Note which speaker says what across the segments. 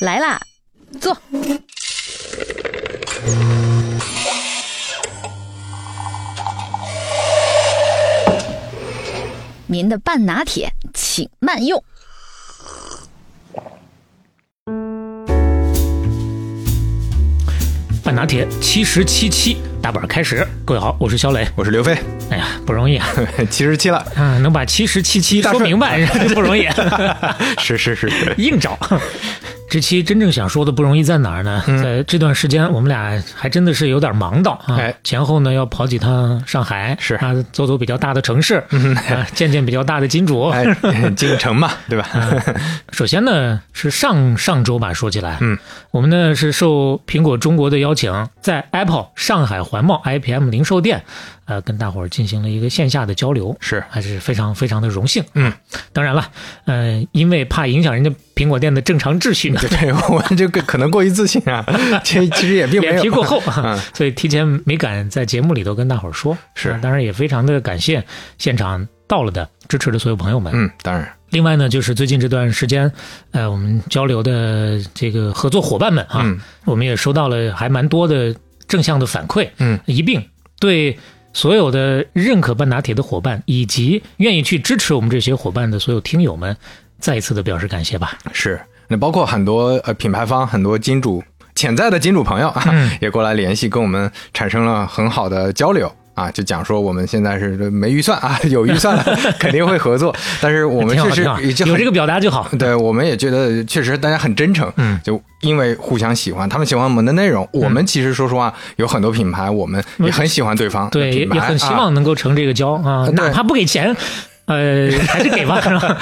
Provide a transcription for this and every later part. Speaker 1: 来啦，坐。您的半拿铁，请慢用。
Speaker 2: 半拿铁七十七期打板开始，各位好，我是小磊。
Speaker 3: 我是刘飞，
Speaker 2: 哎呀，不容易啊，
Speaker 3: 七十七了，
Speaker 2: 啊能把七十七期说明 白不容易，
Speaker 3: 是是是，
Speaker 2: 硬找。这期真正想说的不容易在哪儿呢？
Speaker 3: 嗯
Speaker 2: 在这段时间，我们俩还真的是有点忙到啊
Speaker 3: 哎。
Speaker 2: 前后呢要跑几趟上海，
Speaker 3: 是嗯
Speaker 2: 啊，走走比较大的城市， 啊见见比较大的金主。
Speaker 3: 哎，进城嘛，对吧？
Speaker 2: 嗯首先呢是上上周吧，说起来，
Speaker 3: 嗯，
Speaker 2: 我们呢是受苹果中国的邀请，在 Apple 上海环贸 IPM 零售店，呃，跟大伙儿进行了一个线下的交流，
Speaker 3: 是
Speaker 2: 还是非常非常的荣幸。
Speaker 3: 嗯，
Speaker 2: 当然了，呃，因为怕影响人家苹果店的正常秩序 呢，
Speaker 3: 对对，我这个可能过于自信啊， 这其实也并没
Speaker 2: 脸
Speaker 3: 有
Speaker 2: 皮过厚，
Speaker 3: 嗯
Speaker 2: 所以提前没敢在节目里头跟大伙儿说。
Speaker 3: 是
Speaker 2: 啊当然也非常的感谢现场到了的支持的所有朋友们。
Speaker 3: 嗯，当然，
Speaker 2: 另外呢，就是最近这段时间，呃，我们交流的这个合作伙伴们啊，
Speaker 3: 嗯
Speaker 2: 我们也收到了还蛮多的正向的反馈，
Speaker 3: 嗯，
Speaker 2: 一并对所有的认可半拿铁的伙伴，以及愿意去支持我们这些伙伴的所有听友们，再一次的表示感谢吧。
Speaker 3: 是。那包括很多呃品牌方、很多金主、潜在的金主朋友啊，
Speaker 2: 嗯
Speaker 3: 也过来联系，跟我们产生了很好的交流。啊，就讲说我们现在是没预算啊，有预 算了肯定会合作，但是我们
Speaker 2: 挺好
Speaker 3: 确
Speaker 2: 挺好
Speaker 3: 实已经
Speaker 2: 有
Speaker 3: 很
Speaker 2: 这个表达就好。
Speaker 3: 对，我们也觉得确实大家很真诚，
Speaker 2: 嗯，
Speaker 3: 就因为互相喜欢，他们喜欢我们的内容，我们其实说实话，有很多品牌我们也很喜欢对方的
Speaker 2: 对，也
Speaker 3: 品牌，啊
Speaker 2: 也很希望能够成这个交啊，
Speaker 3: 对
Speaker 2: 哪怕不给钱，呃，还是 给吧，是吧？
Speaker 3: 啊。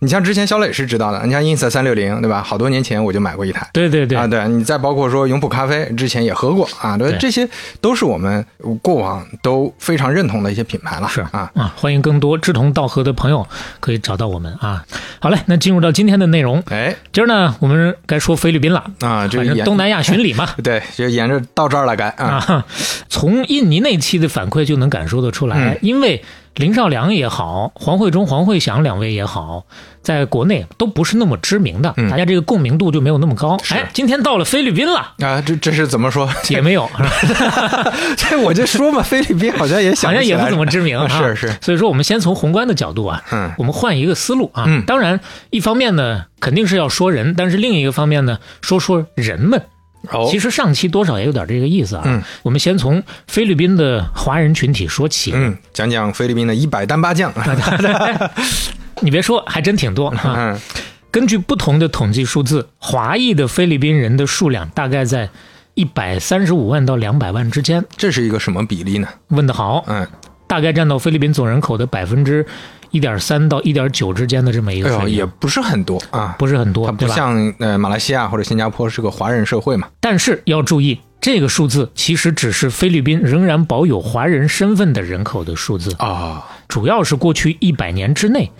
Speaker 3: 你像之前小磊是知道的，你像 Insta 三六零，对吧？好多年前我就买过一台。
Speaker 2: 对对对，
Speaker 3: 啊，对你再包括说永璞咖啡之前也喝过啊，对，
Speaker 2: 对
Speaker 3: 这些都是我们过往都非常认同的一些品牌了，
Speaker 2: 是
Speaker 3: 啊，
Speaker 2: 欢迎更多志同道合的朋友可以找到我们啊。好嘞，那进入到今天的内容，
Speaker 3: 哎
Speaker 2: 今儿呢我们该说菲律宾了，
Speaker 3: 啊，这
Speaker 2: 反
Speaker 3: 个
Speaker 2: 正
Speaker 3: 沿
Speaker 2: 东南亚巡礼嘛。
Speaker 3: 对，就沿着到这儿了该 啊，
Speaker 2: 啊，从印尼那期的反馈就能感受得出来，
Speaker 3: 嗯
Speaker 2: 因为林少良也好，黄慧忠、黄慧祥两位也好，在国内都不是那么知名的，
Speaker 3: 嗯
Speaker 2: 大家这个共鸣度就没有那么高。
Speaker 3: 是
Speaker 2: 哎，今天到了菲律宾了，
Speaker 3: 啊，这这是怎么说？
Speaker 2: 也没有，是吧
Speaker 3: 这我就说嘛，菲律宾好像也想
Speaker 2: 好像
Speaker 3: 起
Speaker 2: 也
Speaker 3: 来
Speaker 2: 不怎么知名啊。
Speaker 3: 是是，
Speaker 2: 所以说我们先从宏观的角度啊，
Speaker 3: 嗯
Speaker 2: 我们换一个思路啊。
Speaker 3: 嗯
Speaker 2: 当然，一方面呢，肯定是要说人，但是另一个方面呢，说说人们。
Speaker 3: 哦
Speaker 2: 其实上期多少也有点这个意思啊。
Speaker 3: 嗯
Speaker 2: 我们先从菲律宾的华人群体说起。
Speaker 3: 嗯，讲讲菲律宾的一百单八将。啊
Speaker 2: 你别说，还真挺多啊。
Speaker 3: 嗯，
Speaker 2: 根据不同的统计数字，华裔的菲律宾人的数量大概在一百三十五万到两百万之间。
Speaker 3: 这是一个什么比例呢？
Speaker 2: 问得好，
Speaker 3: 嗯，
Speaker 2: 大概占到菲律宾总人口的百分之一点三到一点九之间的这么一
Speaker 3: 哎
Speaker 2: 个
Speaker 3: 呦，
Speaker 2: 水
Speaker 3: 也
Speaker 2: 平，
Speaker 3: 不是很多啊，
Speaker 2: 不是很多
Speaker 3: 它，不
Speaker 2: 对吧？
Speaker 3: 像呃马来西亚或者新加坡是个华人社会嘛。
Speaker 2: 但是要注意，这个数字其实只是菲律宾仍然保有华人身份的人口的数字，
Speaker 3: 啊，
Speaker 2: 主要是过去一百年之内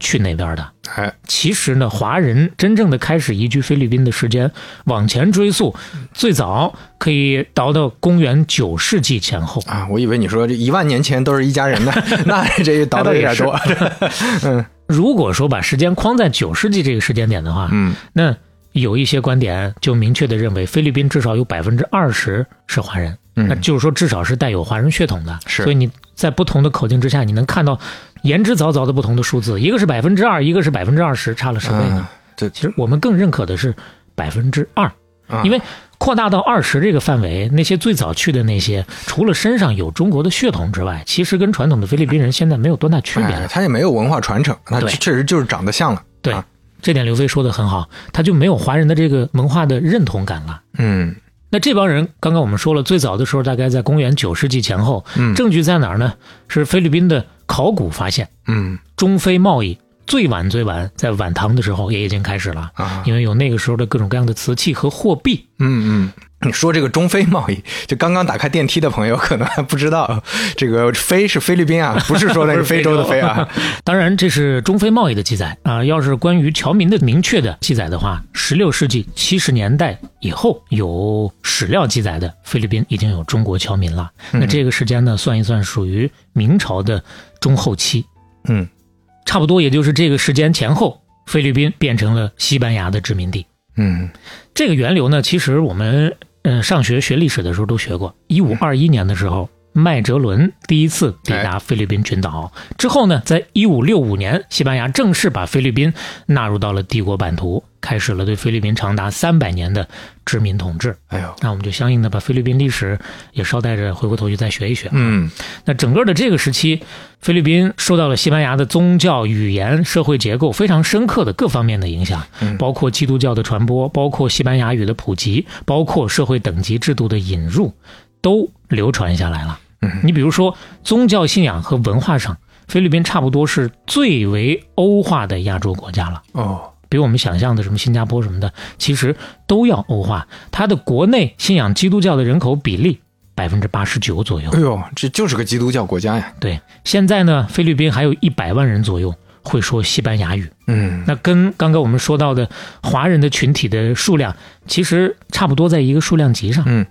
Speaker 2: 去那边的。
Speaker 3: 哎，
Speaker 2: 其实呢，华人真正的开始移居菲律宾的时间往前追溯，
Speaker 3: 嗯
Speaker 2: 最早可以倒到公元九世纪前后。
Speaker 3: 啊，我以为你说这一万年前都是一家人呢，那这倒的有点多。
Speaker 2: 如果说把时间框在九世纪这个时间点的话，
Speaker 3: 嗯，
Speaker 2: 那有一些观点就明确的认为，菲律宾至少有百分之二十是华人，那
Speaker 3: 嗯，
Speaker 2: 就是说至少是带有华人血统的。
Speaker 3: 是
Speaker 2: 所以你在不同的口径之下，你能看到言之凿凿的不同的数字，一个是百分之二，一个是百分之二十，差了十倍呢。
Speaker 3: 嗯，这
Speaker 2: 其实我们更认可的是百分之二
Speaker 3: 啊，
Speaker 2: 因为扩大到二十这个范围，那些最早去的那些，除了身上有中国的血统之外，其实跟传统的菲律宾人现在没有多大区别
Speaker 3: 哎，
Speaker 2: 了。
Speaker 3: 他也没有文化传承，他
Speaker 2: 对
Speaker 3: 确实就是长得像了。
Speaker 2: 对
Speaker 3: 啊，
Speaker 2: 这点刘飞说的很好，他就没有华人的这个文化的认同感了。
Speaker 3: 嗯，
Speaker 2: 那这帮人，刚刚我们说了，最早的时候大概在公元九世纪前后，
Speaker 3: 嗯
Speaker 2: 证据在哪儿呢？是菲律宾的考古发现，
Speaker 3: 嗯
Speaker 2: 中非贸易最晚最晚在晚唐的时候也已经开始了，
Speaker 3: 啊，
Speaker 2: 因为有那个时候的各种各样的瓷器和货币，
Speaker 3: 嗯嗯。你说这个中非贸易，就刚刚打开电梯的朋友可能还不知道，这个“非”是菲律宾啊，不是说那
Speaker 2: 不
Speaker 3: 个
Speaker 2: 是非
Speaker 3: 非洲的“
Speaker 2: 洲
Speaker 3: 非”啊。
Speaker 2: 当然，这是中非贸易的记载啊、要是关于侨民的明确的记载的话，十六世纪七十年代以后有史料记载的，菲律宾已经有中国侨民了。那这个时间呢，算一算属于明朝的中后期，
Speaker 3: 嗯，
Speaker 2: 差不多也就是这个时间前后，菲律宾变成了西班牙的殖民地。
Speaker 3: 嗯
Speaker 2: 这个源流呢，其实我们嗯、呃上学学历史的时候都学过。一五二一年的时候，麦哲伦第一次抵达菲律宾群岛，之后呢，在一五六五年，西班牙正式把菲律宾纳入到了帝国版图，开始了对菲律宾长达三百年的殖民统治。
Speaker 3: 哎呦，
Speaker 2: 那我们就相应的把菲律宾历史也捎带着回过头去再学一学。
Speaker 3: 嗯
Speaker 2: 那整个的这个时期，菲律宾受到了西班牙的宗教、语言、社会结构非常深刻的各方面的影响，包括基督教的传播，包括西班牙语的普及，包括社会等级制度的引入，都流传下来了。你比如说，宗教信仰和文化上，菲律宾差不多是最为欧化的亚洲国家了。
Speaker 3: 哦，
Speaker 2: 比我们想象的什么新加坡什么的，其实都要欧化。它的国内信仰基督教的人口比例百分之八十九左右
Speaker 3: 哎。呦，这就是个基督教国家呀。
Speaker 2: 对，现在呢，菲律宾还有一百万人左右会说西班牙语，
Speaker 3: 嗯
Speaker 2: 那跟刚刚我们说到的华人的群体的数量，其实差不多在一个数量级上。
Speaker 3: 嗯，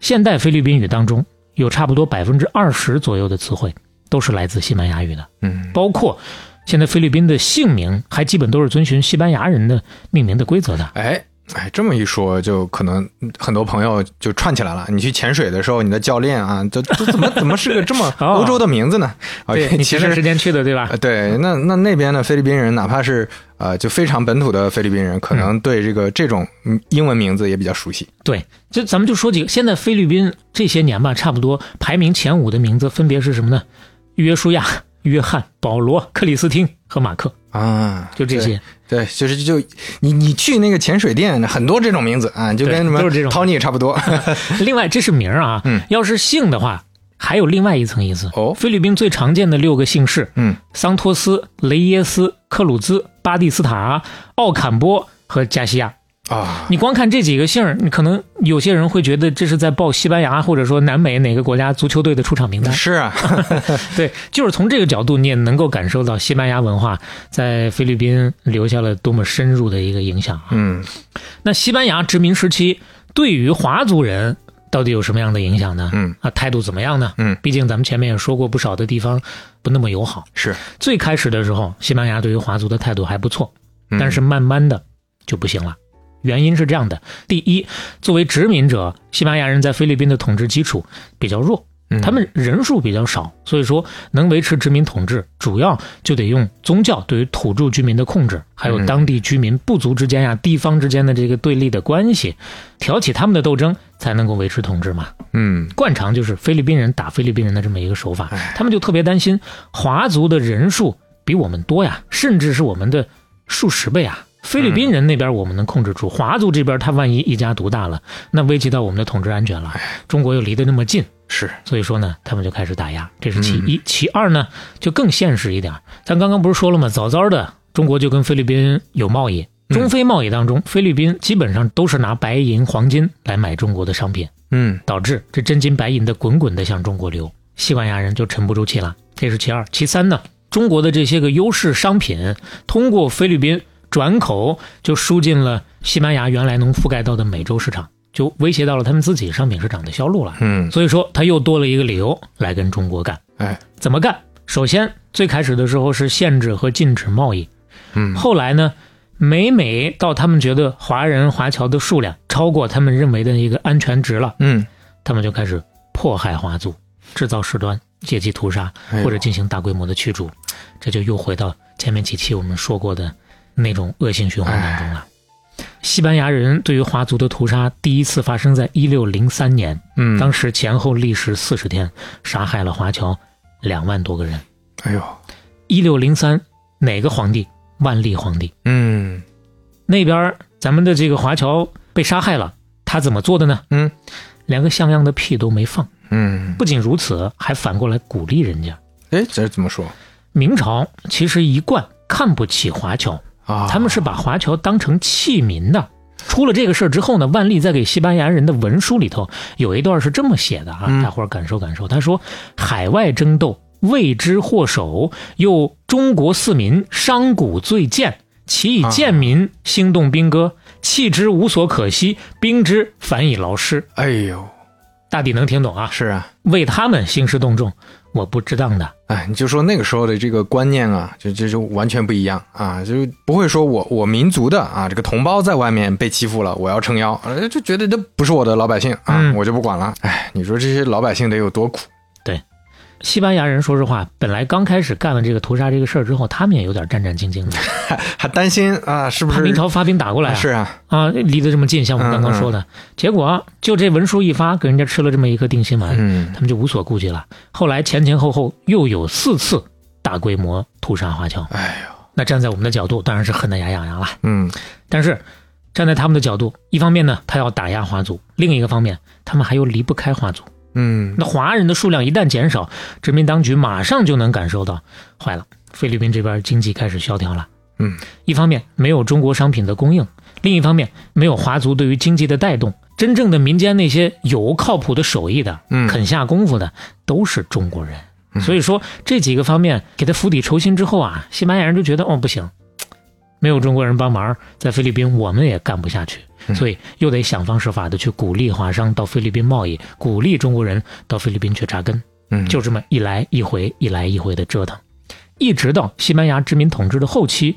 Speaker 2: 现代菲律宾语当中有差不多百分之二十左右的词汇都是来自西班牙语的，
Speaker 3: 嗯
Speaker 2: 包括现在菲律宾的姓名还基本都是遵循西班牙人的命名的规则的。
Speaker 3: 哎哎，这么一说，就可能很多朋友就串起来了。你去潜水的时候，你的教练啊，这这怎么怎么是个这么
Speaker 2: 哦
Speaker 3: 欧洲的名字呢？啊，
Speaker 2: 你
Speaker 3: 其
Speaker 2: 前段时
Speaker 3: 实。
Speaker 2: 间去的对吧
Speaker 3: 呃？对，那那那边的菲律宾人，哪怕是呃，就非常本土的菲律宾人，
Speaker 2: 嗯
Speaker 3: 可能对这个这种嗯英文名字也比较熟悉。
Speaker 2: 对，就咱们就说几个，现在菲律宾这些年吧，差不多排名前五的名字分别是什么呢？约书亚、约翰、保罗、克里斯汀和马克，
Speaker 3: 啊，
Speaker 2: 就这些。
Speaker 3: 对，对，就是就你你去那个潜水店，很多这种名字啊，就
Speaker 2: 对
Speaker 3: 跟什么
Speaker 2: 都是这种
Speaker 3: Tony 差不多。
Speaker 2: 另外，这是名儿啊，
Speaker 3: 嗯
Speaker 2: 要是姓的话，还有另外一层意思。
Speaker 3: 哦
Speaker 2: 菲律宾最常见的六个姓氏：
Speaker 3: 嗯，
Speaker 2: 桑托斯、雷耶斯、克鲁兹、巴蒂斯塔、奥坎波和加西亚。
Speaker 3: 啊，
Speaker 2: 你光看这几个姓儿，你可能有些人会觉得这是在报西班牙或者说南美哪个国家足球队的出场名单。
Speaker 3: 是啊，
Speaker 2: 对，就是从这个角度，你也能够感受到西班牙文化在菲律宾留下了多么深入的一个影响啊。
Speaker 3: 嗯
Speaker 2: 那西班牙殖民时期对于华族人到底有什么样的影响呢？
Speaker 3: 嗯
Speaker 2: 啊，态度怎么样呢？
Speaker 3: 嗯，
Speaker 2: 毕竟咱们前面也说过，不少的地方不那么友好。
Speaker 3: 是，
Speaker 2: 最开始的时候，西班牙对于华族的态度还不错，
Speaker 3: 嗯
Speaker 2: 但是慢慢的就不行了。原因是这样的：第一，作为殖民者，西班牙人在菲律宾的统治基础比较弱，
Speaker 3: 嗯
Speaker 2: 他们人数比较少，所以说能维持殖民统治，主要就得用宗教对于土著居民的控制，还有
Speaker 3: 嗯
Speaker 2: 当地居民部族之间呀、地方之间的这个对立的关系，挑起他们的斗争，才能够维持统治嘛。
Speaker 3: 嗯
Speaker 2: 惯常就是菲律宾人打菲律宾人的这么一个手法
Speaker 3: 哎，
Speaker 2: 他们就特别担心华族的人数比我们多呀，甚至是我们的数十倍啊。菲律
Speaker 3: 嗯
Speaker 2: 宾人那边我们能控制住，华族这边他万一一家独大了，那危及到我们的统治安全
Speaker 3: 哎
Speaker 2: 了。中国又离得那么近，
Speaker 3: 是，
Speaker 2: 所以说呢，他们就开始打压，这是其一。其二呢，就更现实一点儿，咱刚刚不是说了吗？早早的中国就跟菲律宾有贸易，中非贸易当中，菲律宾基本上都是拿白银、黄金来买中国的商品，
Speaker 3: 嗯
Speaker 2: 导致这真金白银的滚滚的向中国流，西班牙人就沉不住气了。这是其二，其三呢，中国的这些个优势商品通过菲律宾转口就输进了西班牙原来能覆盖到的美洲市场，就威胁到了他们自己商品市场的销路了。
Speaker 3: 嗯，
Speaker 2: 所以说他又多了一个理由来跟中国干。
Speaker 3: 哎，
Speaker 2: 怎么干？首先，最开始的时候是限制和禁止贸易，
Speaker 3: 嗯
Speaker 2: 后来呢，每每到他们觉得华人华侨的数量超过他们认为的一个安全值了，
Speaker 3: 嗯，
Speaker 2: 他们就开始迫害华族，制造事端，借机屠杀
Speaker 3: 哎呦
Speaker 2: 或者进行大规模的驱逐，这就又回到前面几期我们说过的那种恶性循环当中
Speaker 3: 哎
Speaker 2: 了。西班牙人对于华族的屠杀第一次发生在一六零三年，
Speaker 3: 嗯，
Speaker 2: 当时前后历时四十天，杀害了华侨两万多个人。
Speaker 3: 哎呦，
Speaker 2: 一六零三哪个皇帝？万历皇帝
Speaker 3: 嗯
Speaker 2: 那边儿，咱们的这个华侨被杀害了，他怎么做的呢？
Speaker 3: 嗯，
Speaker 2: 连个像样的屁都没放。
Speaker 3: 嗯，
Speaker 2: 不仅如此，还反过来鼓励人家。
Speaker 3: 哎，这怎么说
Speaker 2: 明朝其实一贯看不起华侨，
Speaker 3: 啊？
Speaker 2: 他们是把华侨当成器民的。出了这个事儿之后呢，万历在给西班牙人的文书里头有一段是这么写的啊，
Speaker 3: 嗯
Speaker 2: 大伙儿感受感受。他说：“海外争斗，未知祸首，又中国四民商贾最贱，其以贱民兴动兵戈，弃之无所可惜，兵之反以劳师。
Speaker 3: 哎呦，”
Speaker 2: 大抵能听懂啊，
Speaker 3: 是啊，
Speaker 2: 为他们兴师动众，我不值当的。
Speaker 3: 哎，你就说那个时候的这个观念啊，就就就完全不一样啊，就不会说我我民族的啊，这个同胞在外面被欺负了，我要撑腰，呃，就觉得这不是我的老百姓啊，
Speaker 2: 嗯
Speaker 3: 我就不管了。哎，你说这些老百姓得有多苦？
Speaker 2: 西班牙人说实话，本来刚开始干了这个屠杀这个事儿之后，他们也有点战战兢兢的，
Speaker 3: 还担心啊，是不
Speaker 2: 怕
Speaker 3: 是？
Speaker 2: 明朝发兵打过来啊，
Speaker 3: 是嗯啊，
Speaker 2: 啊，离得这么近，像我们刚刚说的，结果就这文书一发，给人家吃了这么一颗定心丸，
Speaker 3: 嗯
Speaker 2: 他们就无所顾忌了。后来前前后后又有四次大规模屠杀华侨，
Speaker 3: 哎
Speaker 2: 呦，那站在我们的角度，当然是恨得牙痒痒了。
Speaker 3: 嗯
Speaker 2: 但是站在他们的角度，一方面呢，他要打压华族；另一个方面，他们还又离不开华族。
Speaker 3: 嗯，
Speaker 2: 那华人的数量一旦减少，殖民当局马上就能感受到，坏了，菲律宾这边经济开始萧条了。
Speaker 3: 嗯，
Speaker 2: 一方面没有中国商品的供应，另一方面没有华族对于经济的带动。真正的民间那些有靠谱的手艺的，
Speaker 3: 嗯
Speaker 2: 肯下功夫的，都是中国人。所以说这几个方面给他釜底抽薪之后啊，西班牙人就觉得哦不行，没有中国人帮忙，在菲律宾我们也干不下去，
Speaker 3: 嗯
Speaker 2: 所以又得想方设法的去鼓励华商到菲律宾贸易，鼓励中国人到菲律宾去扎根，
Speaker 3: 嗯
Speaker 2: 就这么一来一回，一来一回的折腾，一直到西班牙殖民统治的后期，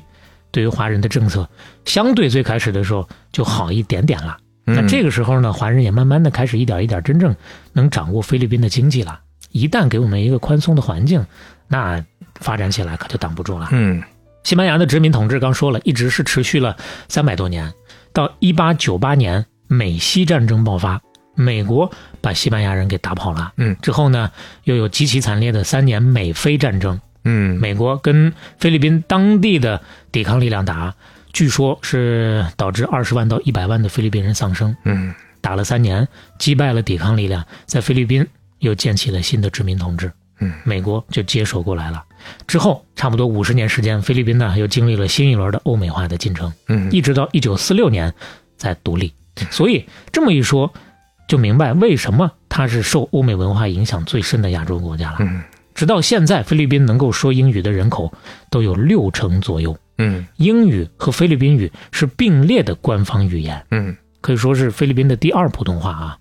Speaker 2: 对于华人的政策相对最开始的时候就好一点点了。那这
Speaker 3: 个
Speaker 2: 个时候呢，华人也慢慢的开始一点一点真正能掌握菲律宾的经济了。一旦给我们一个宽松的环境，那发展起来可就挡不住了。
Speaker 3: 嗯
Speaker 2: 西班牙的殖民统治刚说了，一直是持续了三百多年，到一八九八年美西战争爆发，美国把西班牙人给打跑了。
Speaker 3: 嗯，
Speaker 2: 之后呢，又有极其惨烈的三年美菲战争，
Speaker 3: 嗯
Speaker 2: 美国跟菲律宾当地的抵抗力量打，据说是导致二十万到一百万的菲律宾人丧生。
Speaker 3: 嗯
Speaker 2: 打了三年，击败了抵抗力量，在菲律宾又建起了新的殖民统治。
Speaker 3: 嗯，
Speaker 2: 美国就接手过来了。之后差不多五十年时间，菲律宾呢又经历了新一轮的欧美化的进程，
Speaker 3: 嗯
Speaker 2: 一直到一九四六年才独立。所以这么一说，就明白为什么它是受欧美文化影响最深的亚洲国家了。
Speaker 3: 嗯
Speaker 2: 直到现在，菲律宾能够说英语的人口都有六成左右，
Speaker 3: 嗯
Speaker 2: 英语和菲律宾语是并列的官方语言。
Speaker 3: 嗯
Speaker 2: 可以说是菲律宾的第二普通话啊。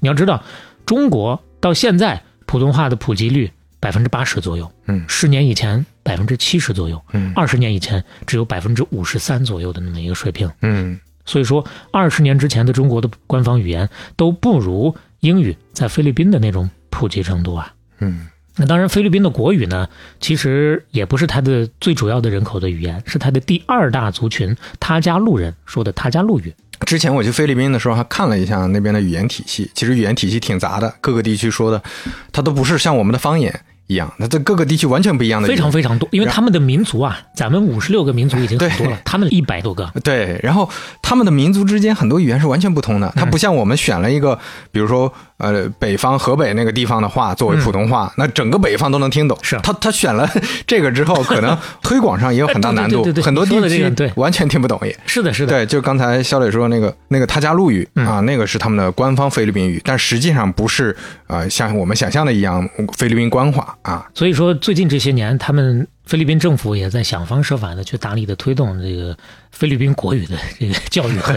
Speaker 2: 你要知道，中国到现在普通话的普及率百分之八十左右，
Speaker 3: 嗯
Speaker 2: 十年以前百分之七十左右，
Speaker 3: 嗯
Speaker 2: 二十年以前只有百分之五十三左右的那么一个水平。
Speaker 3: 嗯
Speaker 2: 所以说，二十年之前的中国的官方语言都不如英语在菲律宾的那种普及程度啊。
Speaker 3: 嗯
Speaker 2: 那当然，菲律宾的国语呢，其实也不是它的最主要的人口的语言，是它的第二大族群他加路人说的他加路语。
Speaker 3: 之前我去菲律宾的时候，还看了一下那边的语言体系。其实语言体系挺杂的，各个地区说的，它都不是像我们的方言一样，那这各个地区完全不一样的语
Speaker 2: 非
Speaker 3: 言。
Speaker 2: 常非常多，因为
Speaker 3: 然
Speaker 2: 他们的民族啊，咱们五十六个民族已经很多了，他们一百多个，
Speaker 3: 对，然后他们的民族之间很多语言是完全不通的，
Speaker 2: 嗯
Speaker 3: 它不像我们选了一个，比如说呃北方河北那个地方的话作为普通话，那整个北方都能听懂。
Speaker 2: 嗯是
Speaker 3: 他他选了 这个之后，可 能推广上也有很大难度，
Speaker 2: 哎对对对对对
Speaker 3: 很多
Speaker 2: 你说
Speaker 3: 地
Speaker 2: 的这个
Speaker 3: 区
Speaker 2: 对
Speaker 3: 完全听不懂也。
Speaker 2: 是的，嗯是的，
Speaker 3: 对，就刚才肖磊说那个那个他加路语、啊，那个是他们的官方菲律宾语，但实际上不是呃像我们想象的一样菲律宾官话啊。
Speaker 2: 所以说最近这些年，他们菲律宾政府也在想方设法的去大力的推动这个菲律宾国语的这个教育 和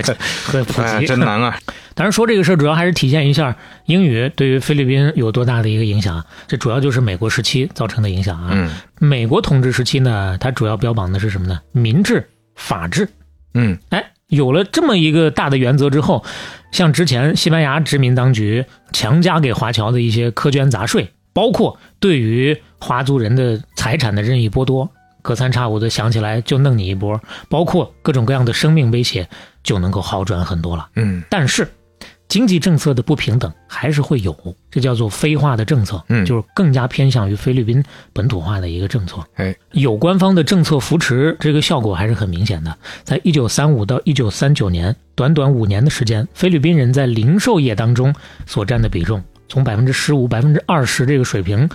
Speaker 2: 和普
Speaker 3: 哎呀，
Speaker 2: 及。
Speaker 3: 真难啊！
Speaker 2: 当然说这个事儿，主要还是体现一下英语对于菲律宾有多大的一个影响，啊这主要就是美国时期造成的影响啊。
Speaker 3: 嗯
Speaker 2: 美国统治时期呢，它主要标榜的是什么呢？民治、法治。
Speaker 3: 嗯
Speaker 2: 哎，有了这么一个大的原则之后，像之前西班牙殖民当局强加给华侨的一些苛捐杂税，包括对于华族人的财产的任意剥夺，隔三差五的想起来就弄你一波，包括各种各样的生命威胁，就能够好转很多了。
Speaker 3: 嗯
Speaker 2: 但是，经济政策的不平等还是会有，这叫做非化的政策，
Speaker 3: 嗯
Speaker 2: 就是更加偏向于菲律宾本土化的一个政策。
Speaker 3: 哎，
Speaker 2: 有官方的政策扶持，这个效果还是很明显的。在一九三五到一九三九年，短短五年的时间，菲律宾人在零售业当中所占的比重，从百分之十五、百分之二十这个水平，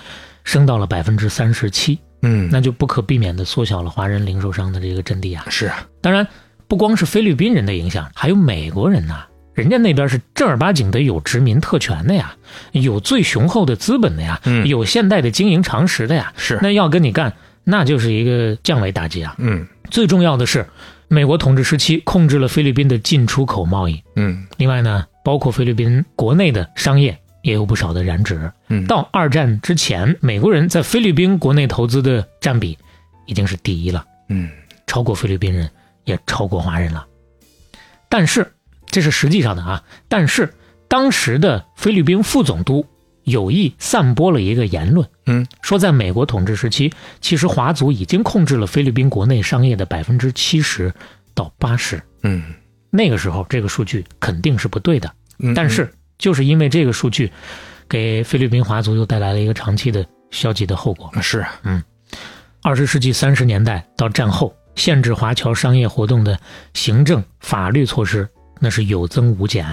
Speaker 2: 升到了百分之三十七，
Speaker 3: 嗯，
Speaker 2: 那就不可避免的缩小了华人零售商的这个阵地啊。
Speaker 3: 是啊，
Speaker 2: 当然，不光是菲律宾人的影响，还有美国人呐、人家那边是正儿八经的有殖民特权的呀，有最雄厚的资本的呀，
Speaker 3: 嗯
Speaker 2: 有现代的经营常识的呀。
Speaker 3: 是
Speaker 2: 那要跟你干，那就是一个降维打击啊！
Speaker 3: 嗯
Speaker 2: 最重要的是，美国统治时期控制了菲律宾的进出口贸易，
Speaker 3: 嗯
Speaker 2: 另外呢，包括菲律宾国内的商业也有不少的染指。
Speaker 3: 嗯
Speaker 2: 到二战之前，美国人在菲律宾国内投资的占比已经是第一了，
Speaker 3: 嗯
Speaker 2: 超过菲律宾人，也超过华人了。但是，这是实际上的啊。但是，当时的菲律宾副总督有意散播了一个言论，
Speaker 3: 嗯
Speaker 2: 说在美国统治时期，其实华族已经控制了菲律宾国内商业的百分之七十到八十。
Speaker 3: 嗯
Speaker 2: 那个时候，这个数据肯定是不对的。
Speaker 3: 嗯，
Speaker 2: 但是就是因为这个数据，给菲律宾华族又带来了一个长期的消极的后果。
Speaker 3: 嗯是啊
Speaker 2: 二十世纪三十年代到战后，限制华侨商业活动的行政、法律措施那是有增无减。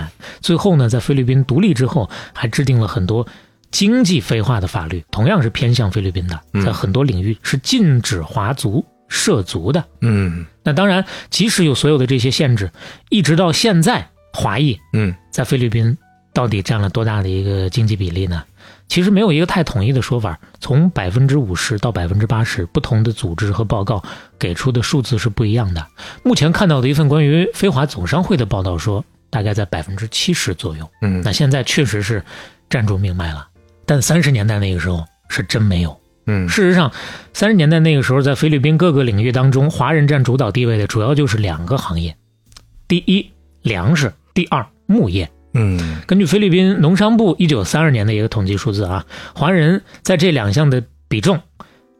Speaker 2: 最后呢，在菲律宾独立之后，还制定了很多经济非化的法律，同样是偏向菲律宾的，
Speaker 3: 嗯
Speaker 2: 在很多领域是禁止华族涉足的。
Speaker 3: 嗯
Speaker 2: 那当然，即使有所有的这些限制，一直到现在，华裔
Speaker 3: 嗯
Speaker 2: 在菲律宾到底占了多大的一个经济比例呢？其实没有一个太统一的说法，从百分之五十到百分之八十，不同的组织和报告给出的数字是不一样的。目前看到的一份关于非华总商会的报道说，大概在百分之七十左右。
Speaker 3: 嗯
Speaker 2: 那现在确实是占住命脉了，但三十年代那个时候是真没有。
Speaker 3: 嗯
Speaker 2: 事实上，三十年代那个时候，在菲律宾各个领域当中，华人占主导地位的主要就是两个行业：第一，粮食；第二，牧业。
Speaker 3: 嗯
Speaker 2: 根据菲律宾农商部一九三二年的一个统计数字啊，华人在这两项的比重，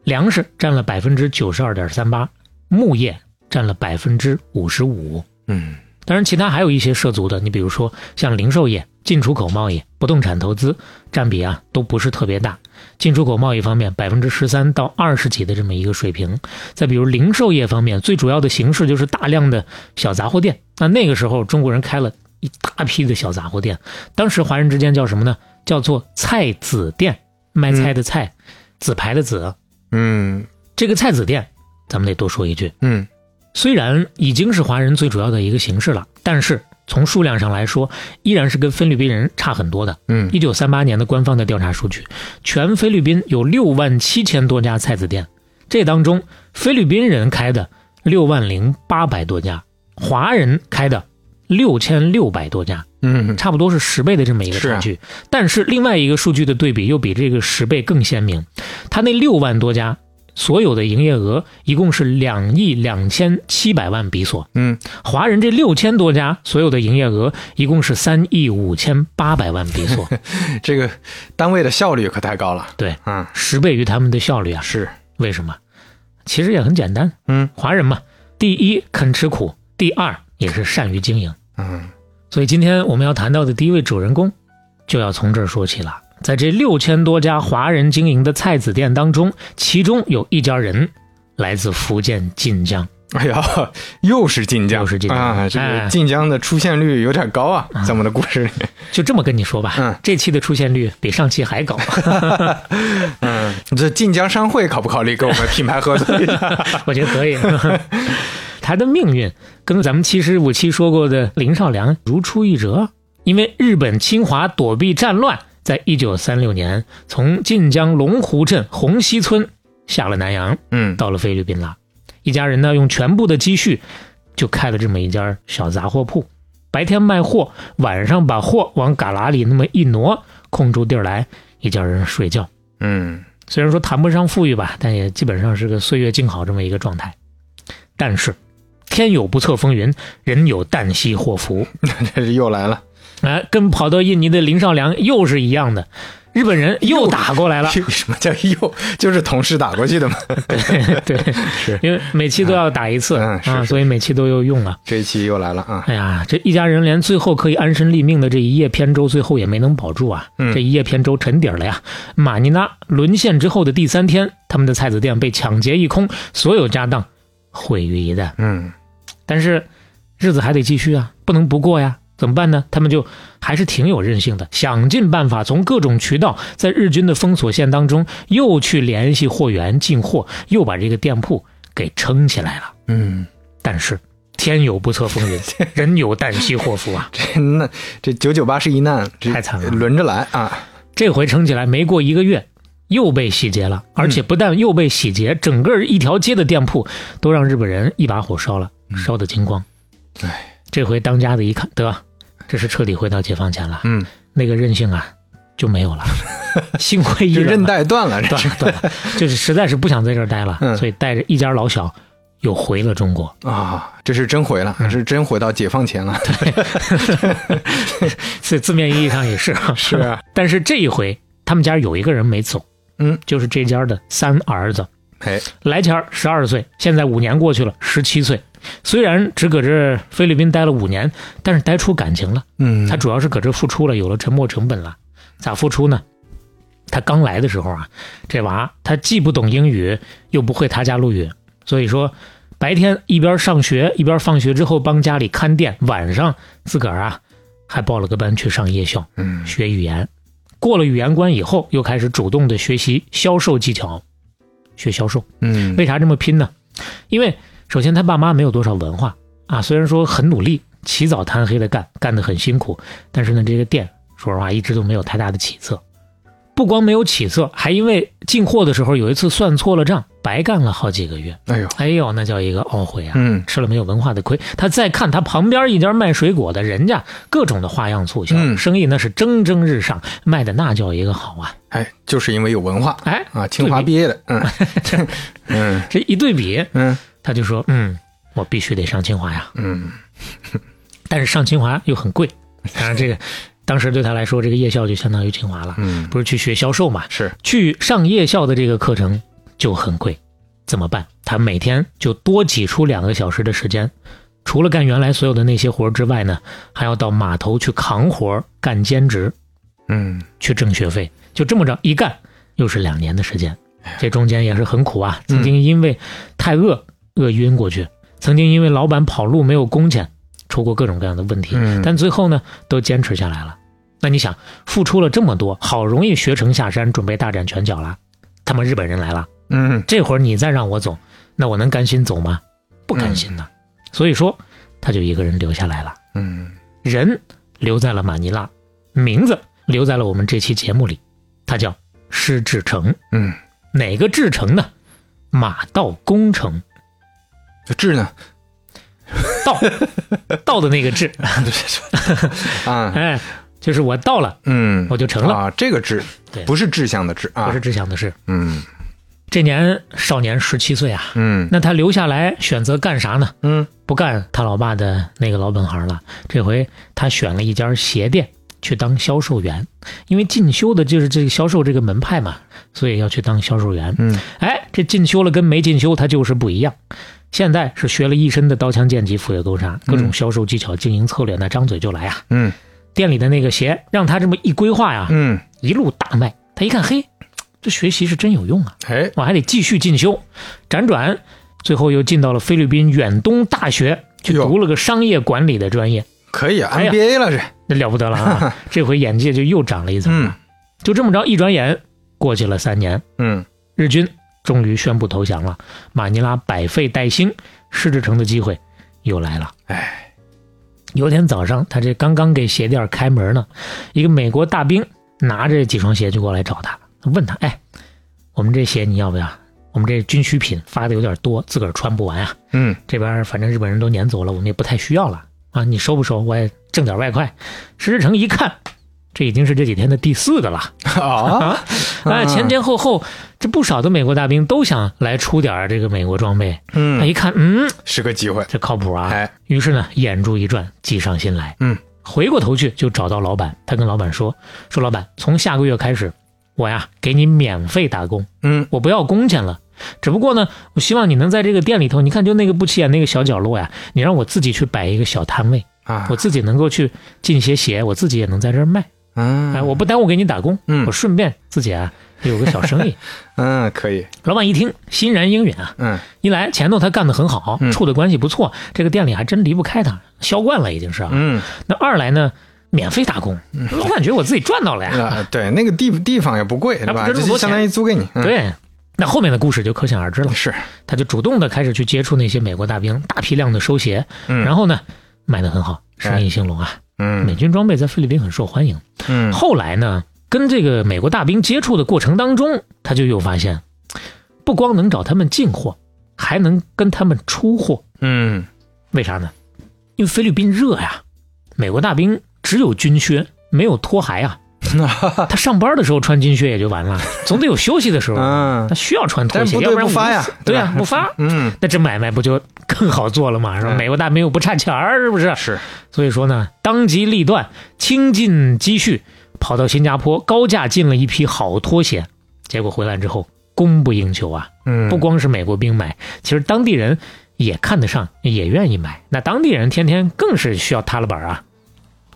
Speaker 2: 粮食占了百分之九十二点三八，牧业占了百分之五十五。
Speaker 3: 嗯
Speaker 2: 当然，其他还有一些涉足的，你比如说像零售业、进出口贸易、不动产投资占比啊，都不是特别大。进出口贸易方面，百分之十三到二十几的这么一个水平。再比如零售业方面，最主要的形式就是大量的小杂货店。那那个时候，中国人开了一大批的小杂货店，当时华人之间叫什么呢？叫做菜籽店，卖菜的菜，纸牌的纸。
Speaker 3: 嗯
Speaker 2: 这个菜籽店，咱们得多说一句，
Speaker 3: 嗯
Speaker 2: 虽然已经是华人最主要的一个形式了，但是从数量上来说，依然是跟菲律宾人差很多的。
Speaker 3: 嗯
Speaker 2: 一九三八年的官方的调查数据，全菲律宾有六万七千多家菜籽店，这当中菲律宾人开的六万零八百多家，华人开的六千六百多家，
Speaker 3: 嗯
Speaker 2: 差不多是十倍的这么一个
Speaker 3: 啊
Speaker 2: 差距。但是另外一个数据的对比又比这个十倍更鲜明，它那六万多家所有的营业额一共是两亿两千七百万比索，
Speaker 3: 嗯
Speaker 2: 华人这六千多家所有的营业额一共是三亿五千八百万比 索，
Speaker 3: 这个单位的效率可太高了
Speaker 2: 对，
Speaker 3: 啊
Speaker 2: 十倍于他们的效率啊！
Speaker 3: 是
Speaker 2: 为什么？其实也很简单，
Speaker 3: 嗯
Speaker 2: 华人嘛，第一肯吃苦，第二也是善于经营。
Speaker 3: 嗯
Speaker 2: 所以今天我们要谈到的第一位主人公，就要从这儿说起了。在这六千多家华人经营的菜籽店当中，其中有一家人来自福建晋江。
Speaker 3: 哎呀，又是晋江，
Speaker 2: 又是晋江
Speaker 3: 啊！这个
Speaker 2: 哎
Speaker 3: 晋江的出现率有点高啊，在我们的故 事里。
Speaker 2: 就这么跟你说吧，
Speaker 3: 嗯
Speaker 2: 这期的出现率比上期还高。
Speaker 3: 嗯，这晋江商会考不考虑跟我们品牌合作 一下？
Speaker 2: 我觉得可以。他的命运跟咱们七十五期说过的林少良如出一辙，因为日本侵华躲避战乱，在一九三六年从晋江龙湖镇红溪村下了南洋，
Speaker 3: 嗯
Speaker 2: 到了菲律宾了。一家人呢，用全部的积蓄就开了这么一家小杂货铺，白天卖货，晚上把货往旮旯里那么一挪，空出地儿来，一家人睡觉。
Speaker 3: 嗯
Speaker 2: 虽然说谈不上富裕吧，但也基本上是个岁月静好这么一个状态。但是，天有不测风云，人有旦夕祸福。
Speaker 3: 这是又来了，
Speaker 2: 哎，跟跑到印尼的林少良又是一样的，日本人又打过 来了。
Speaker 3: 什么叫又？就是同事打过去的嘛。
Speaker 2: 对，
Speaker 3: 是
Speaker 2: 因为每期都要打一次、
Speaker 3: 嗯嗯是
Speaker 2: 啊，
Speaker 3: 是
Speaker 2: 所以每期都有用啊。
Speaker 3: 这一期又来了啊！
Speaker 2: 哎呀，这一家人连最后可以安身立命的这一叶扁舟，最后也没能保住啊！
Speaker 3: 嗯
Speaker 2: 这一叶扁舟沉底儿了呀。马尼拉沦陷之后的第三天，他们的菜籽店被抢劫一空，所有家当毁于一旦。
Speaker 3: 嗯
Speaker 2: 但是日子还得继续啊，不能不过呀。怎么办呢？他们就还是挺有韧性的，想尽办法从各种渠道，在日军的封锁线当中又去联系货源进货，又把这个店铺给撑起来了。
Speaker 3: 嗯，
Speaker 2: 但是天有不测风云，人有旦夕祸福啊。
Speaker 3: 这 那这九九八十一难，这
Speaker 2: 太惨了
Speaker 3: 轮着来啊！
Speaker 2: 这回撑起来没过一个月，又被洗劫了，而
Speaker 3: 嗯
Speaker 2: 且不但又被洗劫，整个一条街的店铺都让日本人一把火烧了，
Speaker 3: 嗯
Speaker 2: 烧得精光。
Speaker 3: 哎，
Speaker 2: 这回当家的一看，得，这是彻底回到解放前了。
Speaker 3: 嗯
Speaker 2: 那个韧性啊，就没 有了，幸亏一
Speaker 3: 就
Speaker 2: 人
Speaker 3: 韧
Speaker 2: 了
Speaker 3: 带断了，这
Speaker 2: 断 了断了，就是实在是不想在这儿待了，
Speaker 3: 嗯
Speaker 2: 所以带着一家老小又回了中国。
Speaker 3: 啊，这是真回了，
Speaker 2: 嗯
Speaker 3: 是真回到解放前了，
Speaker 2: 所以字面意义上也 是，
Speaker 3: 是啊，
Speaker 2: 但是这一回他们家有一个人没走，
Speaker 3: 嗯，
Speaker 2: 就是这家的三儿子
Speaker 3: 哎，
Speaker 2: 来前十二岁，现在五年过去了，十七岁。虽然只搁这菲律宾待了五年，但是待出感情了。
Speaker 3: 嗯，
Speaker 2: 他主要是搁这付出了，有了沉没成本了。咋付出呢？他刚来的时候啊，这娃他既不懂英语，又不会他家路语，所以说白天一边上学一边放学之后帮家里看店，晚上自个儿啊还报了个班去上夜校
Speaker 3: 嗯
Speaker 2: 学语言。过了语言关以后，又开始主动的学习销售技巧，学销售。
Speaker 3: 嗯
Speaker 2: 为啥这么拼呢？因为首先他爸妈没有多少文化啊，虽然说很努力，起早贪黑的干，干得很辛苦，但是呢，这个店说实话一直都没有太大的起色。不光没有起色，还因为进货的时候有一次算错了账，白干了好几个月。
Speaker 3: 哎呦，
Speaker 2: 哎呦，那叫一个懊悔啊！
Speaker 3: 嗯
Speaker 2: 吃了没有文化的亏。他再看他旁边一家卖水果的，人家各种的花样促销，
Speaker 3: 嗯
Speaker 2: 生意那是蒸蒸日上，卖的那叫一个好啊！
Speaker 3: 哎，就是因为有文化
Speaker 2: 哎，
Speaker 3: 啊，清华
Speaker 2: 对比
Speaker 3: 毕业的， 嗯嗯
Speaker 2: 这一对比，
Speaker 3: 嗯
Speaker 2: 他就说：“嗯，我必须得上清华呀。”
Speaker 3: 嗯，
Speaker 2: 但是上清华又很贵， 当然这个当时对他来说，这个夜校就相当于清华了，
Speaker 3: 嗯
Speaker 2: 不是去学销售嘛，
Speaker 3: 是
Speaker 2: 去上夜校的这个课程就很贵，怎么办？他每天就多挤出两个小时的时间，除了干原来所有的那些活儿之外呢，还要到码头去扛活儿、干兼职
Speaker 3: 嗯
Speaker 2: 去挣学费，就这么着一干又是两年的时间，这中间也是很苦啊。曾经因为太饿饿晕过去，曾经因为老板跑路没有工钱，出过各种各样的问题，
Speaker 3: 嗯
Speaker 2: 但最后呢都坚持下来了。那你想，付出了这么多，好容易学成下山，准备大展拳脚了，他们日本人来了，
Speaker 3: 嗯
Speaker 2: 这会儿你再让我走，那我能甘心走吗？不甘心呐。所以说，他就一个人留下来了。
Speaker 3: 嗯
Speaker 2: 人留在了马尼拉，名字留在了我们这期节目里，它叫施志成。
Speaker 3: 嗯，
Speaker 2: 哪个志成呢？马到功成，
Speaker 3: 这 智呢
Speaker 2: 到 到的那个志，
Speaker 3: 啊，
Speaker 2: 哎，就是我到了，
Speaker 3: 嗯，
Speaker 2: 我就成了，
Speaker 3: 啊，这个智
Speaker 2: 对
Speaker 3: 不是志向的志啊，
Speaker 2: 不是志向的是。
Speaker 3: 嗯
Speaker 2: 这年少年十七岁啊，
Speaker 3: 嗯
Speaker 2: 那他留下来选择干啥呢？
Speaker 3: 嗯
Speaker 2: 不干他老爸的那个老本行了，这回他选了一家鞋店去当销售员，因为进修的就是这个销售这个门派嘛，所以要去当销售员。
Speaker 3: 嗯，
Speaker 2: 哎，这进修了跟没进修他就是不一样。现在是学了一身的刀枪剑戟斧钺钩叉，各种销售技巧、经营策略，那张嘴就来啊！
Speaker 3: 嗯
Speaker 2: 店里的那个鞋让他这么一规划呀，
Speaker 3: 嗯，
Speaker 2: 一路大卖。他一看，嘿，这学习是真有用啊！
Speaker 3: 哎，
Speaker 2: 我还得继续进修，辗转，最后又进到了菲律宾远东大学去
Speaker 3: 哟
Speaker 2: 读了个商业管理的专业，
Speaker 3: 可以啊
Speaker 2: 哎呀
Speaker 3: ，MBA 了这，
Speaker 2: 那了不得了啊！这回眼界就又长了一层
Speaker 3: 嗯
Speaker 2: 了。就这么着，一转眼过去了三年，
Speaker 3: 嗯
Speaker 2: 日军终于宣布投降了，马尼拉百废待兴，施志成的机会又来了。
Speaker 3: 哎，
Speaker 2: 有天早上，他这刚刚给鞋店开门呢，一个美国大兵拿着几双鞋就过来找他，问他：“哎，我们这鞋你要不要？我们这军需品发的有点多，自个儿穿不完啊。
Speaker 3: 嗯
Speaker 2: 这边反正日本人都撵走了，我们也不太需要了啊。你收不收？我也挣点外快。”石志成一看，这已经是这几天的第四个了。
Speaker 3: 啊，
Speaker 2: 啊，前前后后，这不少的美国大兵都想来出点儿这个美国装备。他
Speaker 3: 嗯，
Speaker 2: 一看，嗯，
Speaker 3: 是个机会，
Speaker 2: 这靠谱啊。
Speaker 3: 哎，
Speaker 2: 于是呢，眼珠一转，计上心来。
Speaker 3: 嗯，
Speaker 2: 回过头去就找到老板，他跟老板说：“说老板，从下个月开始，我呀给你免费打工，
Speaker 3: 嗯
Speaker 2: 我不要工钱了。只不过呢，我希望你能在这个店里头，你看就那个不起眼那个小角落呀，你让我自己去摆一个小摊位，
Speaker 3: 啊
Speaker 2: 我，自己能够去进些鞋，我自己也能在这儿卖。哎，
Speaker 3: 嗯
Speaker 2: 我不耽误给你打工，
Speaker 3: 嗯
Speaker 2: 我顺便自己啊也有个小 生意。”
Speaker 3: 嗯，可以，
Speaker 2: 老板一听，欣然应允啊！
Speaker 3: 嗯
Speaker 2: 一来前头他干得很好，
Speaker 3: 嗯
Speaker 2: 处的关系不错，这个店里还真离不开他，销冠了已经是啊。
Speaker 3: 嗯，
Speaker 2: 那二来呢，免费打工，老板觉得我自己赚到了呀。
Speaker 3: 啊，对，那个地地方也哎不贵，对吧？
Speaker 2: 不值
Speaker 3: 这
Speaker 2: 那么多
Speaker 3: 就相当于租给你，嗯，
Speaker 2: 对，那后面的故事就可想而知了。
Speaker 3: 是，
Speaker 2: 他就主动的开始去接触那些美国大兵，大批量的收鞋，
Speaker 3: 嗯哎
Speaker 2: 然后呢，卖得很好，生意兴隆啊。美
Speaker 3: 嗯
Speaker 2: 军装备在菲律宾很受欢迎。
Speaker 3: 嗯，
Speaker 2: 后来呢，跟这个美国大兵接触的过程当中，他就又发现，不光能找他们进货，还能跟他们出货。
Speaker 3: 嗯
Speaker 2: 为啥呢？ 因为菲律宾热呀，美国大兵只有军靴，没有拖鞋啊，他上班的时候穿金靴也就完了，总得有休息的时候，啊
Speaker 3: 嗯
Speaker 2: 他需要穿拖
Speaker 3: 但
Speaker 2: 鞋，
Speaker 3: 部
Speaker 2: 要
Speaker 3: 队
Speaker 2: 不然
Speaker 3: 不
Speaker 2: 我
Speaker 3: 发
Speaker 2: 们
Speaker 3: 呀，
Speaker 2: 对
Speaker 3: 吧
Speaker 2: 呀、不发，
Speaker 3: 嗯，
Speaker 2: 那这买卖不就更好做了吗？是吧？
Speaker 3: 嗯
Speaker 2: 美国大兵又不差钱儿，是不是？
Speaker 3: 是，
Speaker 2: 所以说呢，当机立断，倾尽积蓄，跑到新加坡高价进了一批好拖鞋，结果回来之后供不应求啊！
Speaker 3: 嗯，
Speaker 2: 不光是美国兵买，其实当地人也看得上，也愿意买。那当地人天天更是需要塌了板儿啊！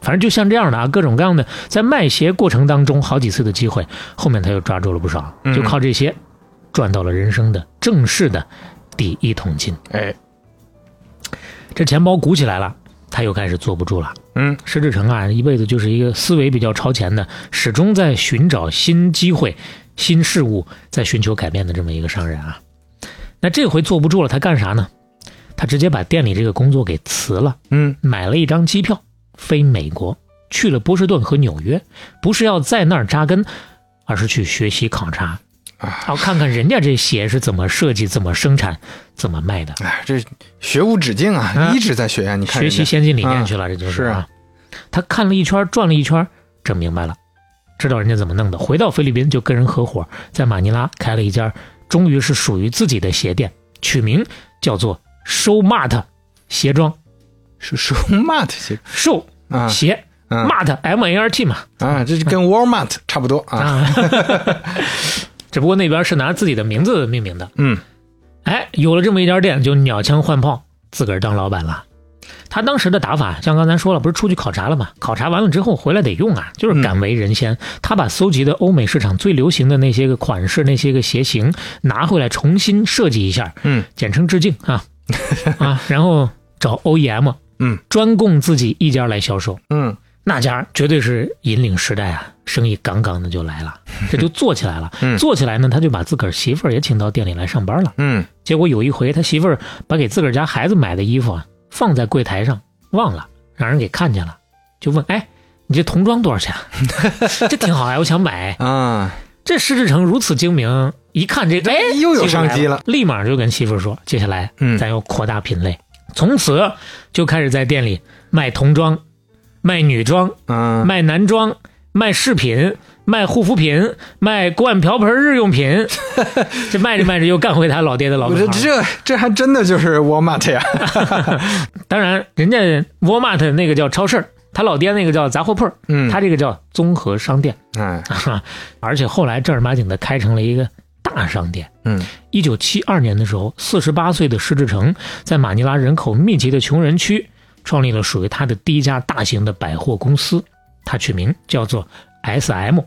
Speaker 2: 反正就像这样的啊，各种各样的，在卖鞋过程当中好几次的机会，后面他又抓住了不少，
Speaker 3: 嗯
Speaker 2: 就靠这些赚到了人生的正式的第一桶金。
Speaker 3: 哎，
Speaker 2: 这钱包鼓起来了，他又开始坐不住了。
Speaker 3: 嗯，
Speaker 2: 石志成啊，一辈子就是一个思维比较超前的，始终在寻找新机会、新事物，在寻求改变的这么一个商人啊。那这回坐不住了，他干啥呢？他直接把店里这个工作给辞了，
Speaker 3: 嗯，
Speaker 2: 买了一张机票飞美国，去了波士顿和纽约，不是要在那儿扎根，而是去学习考察，
Speaker 3: 啊，
Speaker 2: 然后看看人家这鞋是怎么设计、怎么生产、怎么卖的。
Speaker 3: 哎，这学无止境啊，
Speaker 2: 嗯
Speaker 3: 一直在学呀，你看
Speaker 2: 学
Speaker 3: 人
Speaker 2: 习
Speaker 3: 家，
Speaker 2: 先进理念去了，这就是
Speaker 3: 啊。
Speaker 2: 他看了一圈，转了一圈，整明白了，知道人家怎么弄的。回到菲律宾就跟人合伙，在马尼拉开了一家，终于是属于自己的鞋店，取名叫做 Show Mart
Speaker 3: 啊
Speaker 2: 鞋装
Speaker 3: 是是 Walmart 鞋
Speaker 2: Show
Speaker 3: 啊
Speaker 2: 鞋
Speaker 3: 嗯
Speaker 2: Mart M A R T 嘛
Speaker 3: 啊，这是跟 Walmart 差不多啊，
Speaker 2: 啊，只不过那边是拿自己的名字命名的。
Speaker 3: 嗯
Speaker 2: 哎，有了这么一家店，就鸟枪换炮，自个儿当老板了。他当时的打法，像刚才说了，不是出去考察了吗？考察完了之后回来得用啊，
Speaker 3: 嗯
Speaker 2: 就是敢为人先。他把搜集的欧美市场最流行的那些个款式、那些个鞋型拿回来重新设计一下，
Speaker 3: 嗯
Speaker 2: 简称致敬 啊啊，然后找 OEM，
Speaker 3: 嗯，
Speaker 2: 专供自己一家来销售。
Speaker 3: 嗯
Speaker 2: 那家绝对是引领时代啊，生意杠杠的就来了，这就做起来了。
Speaker 3: 嗯
Speaker 2: 做起来呢，他就把自个儿媳妇儿也请到店里来上班了。
Speaker 3: 嗯，
Speaker 2: 结果有一回，他媳妇儿把给自个儿家孩子买的衣服啊放在柜台上，忘了，让人给看见了，就问：“哎，你这童装多少 钱啊？这挺好呀，我想买。
Speaker 3: 啊，”
Speaker 2: 这施志成如此精明，一看这，哎，
Speaker 3: 又有商机
Speaker 2: 了
Speaker 3: 了，
Speaker 2: 立马就跟媳妇儿说：“接下来，
Speaker 3: 嗯
Speaker 2: 咱要扩大品类。”从此就开始在店里卖童装、卖女装、
Speaker 3: 嗯，
Speaker 2: 卖男装、卖饰品、卖护肤品、卖锅碗瓢盆日用 品。这卖着卖着又干回他老爹的老
Speaker 3: 我
Speaker 2: 本
Speaker 3: 这
Speaker 2: 行了
Speaker 3: 这这还真的就是 Walmart 呀，
Speaker 2: 当然，人家沃尔玛特那个叫超市儿，他老爹那个叫杂货铺儿，
Speaker 3: 嗯，
Speaker 2: 他这个叫综合商店。 啊
Speaker 3: 哎，
Speaker 2: 而且后来正儿八经的开成了一个大商店。
Speaker 3: 嗯
Speaker 2: 一九七二年的时候，四十八岁的施志成在马尼拉人口密集的穷人区创立了属于他的第一家大型的百货公司，他取名叫做 S.M。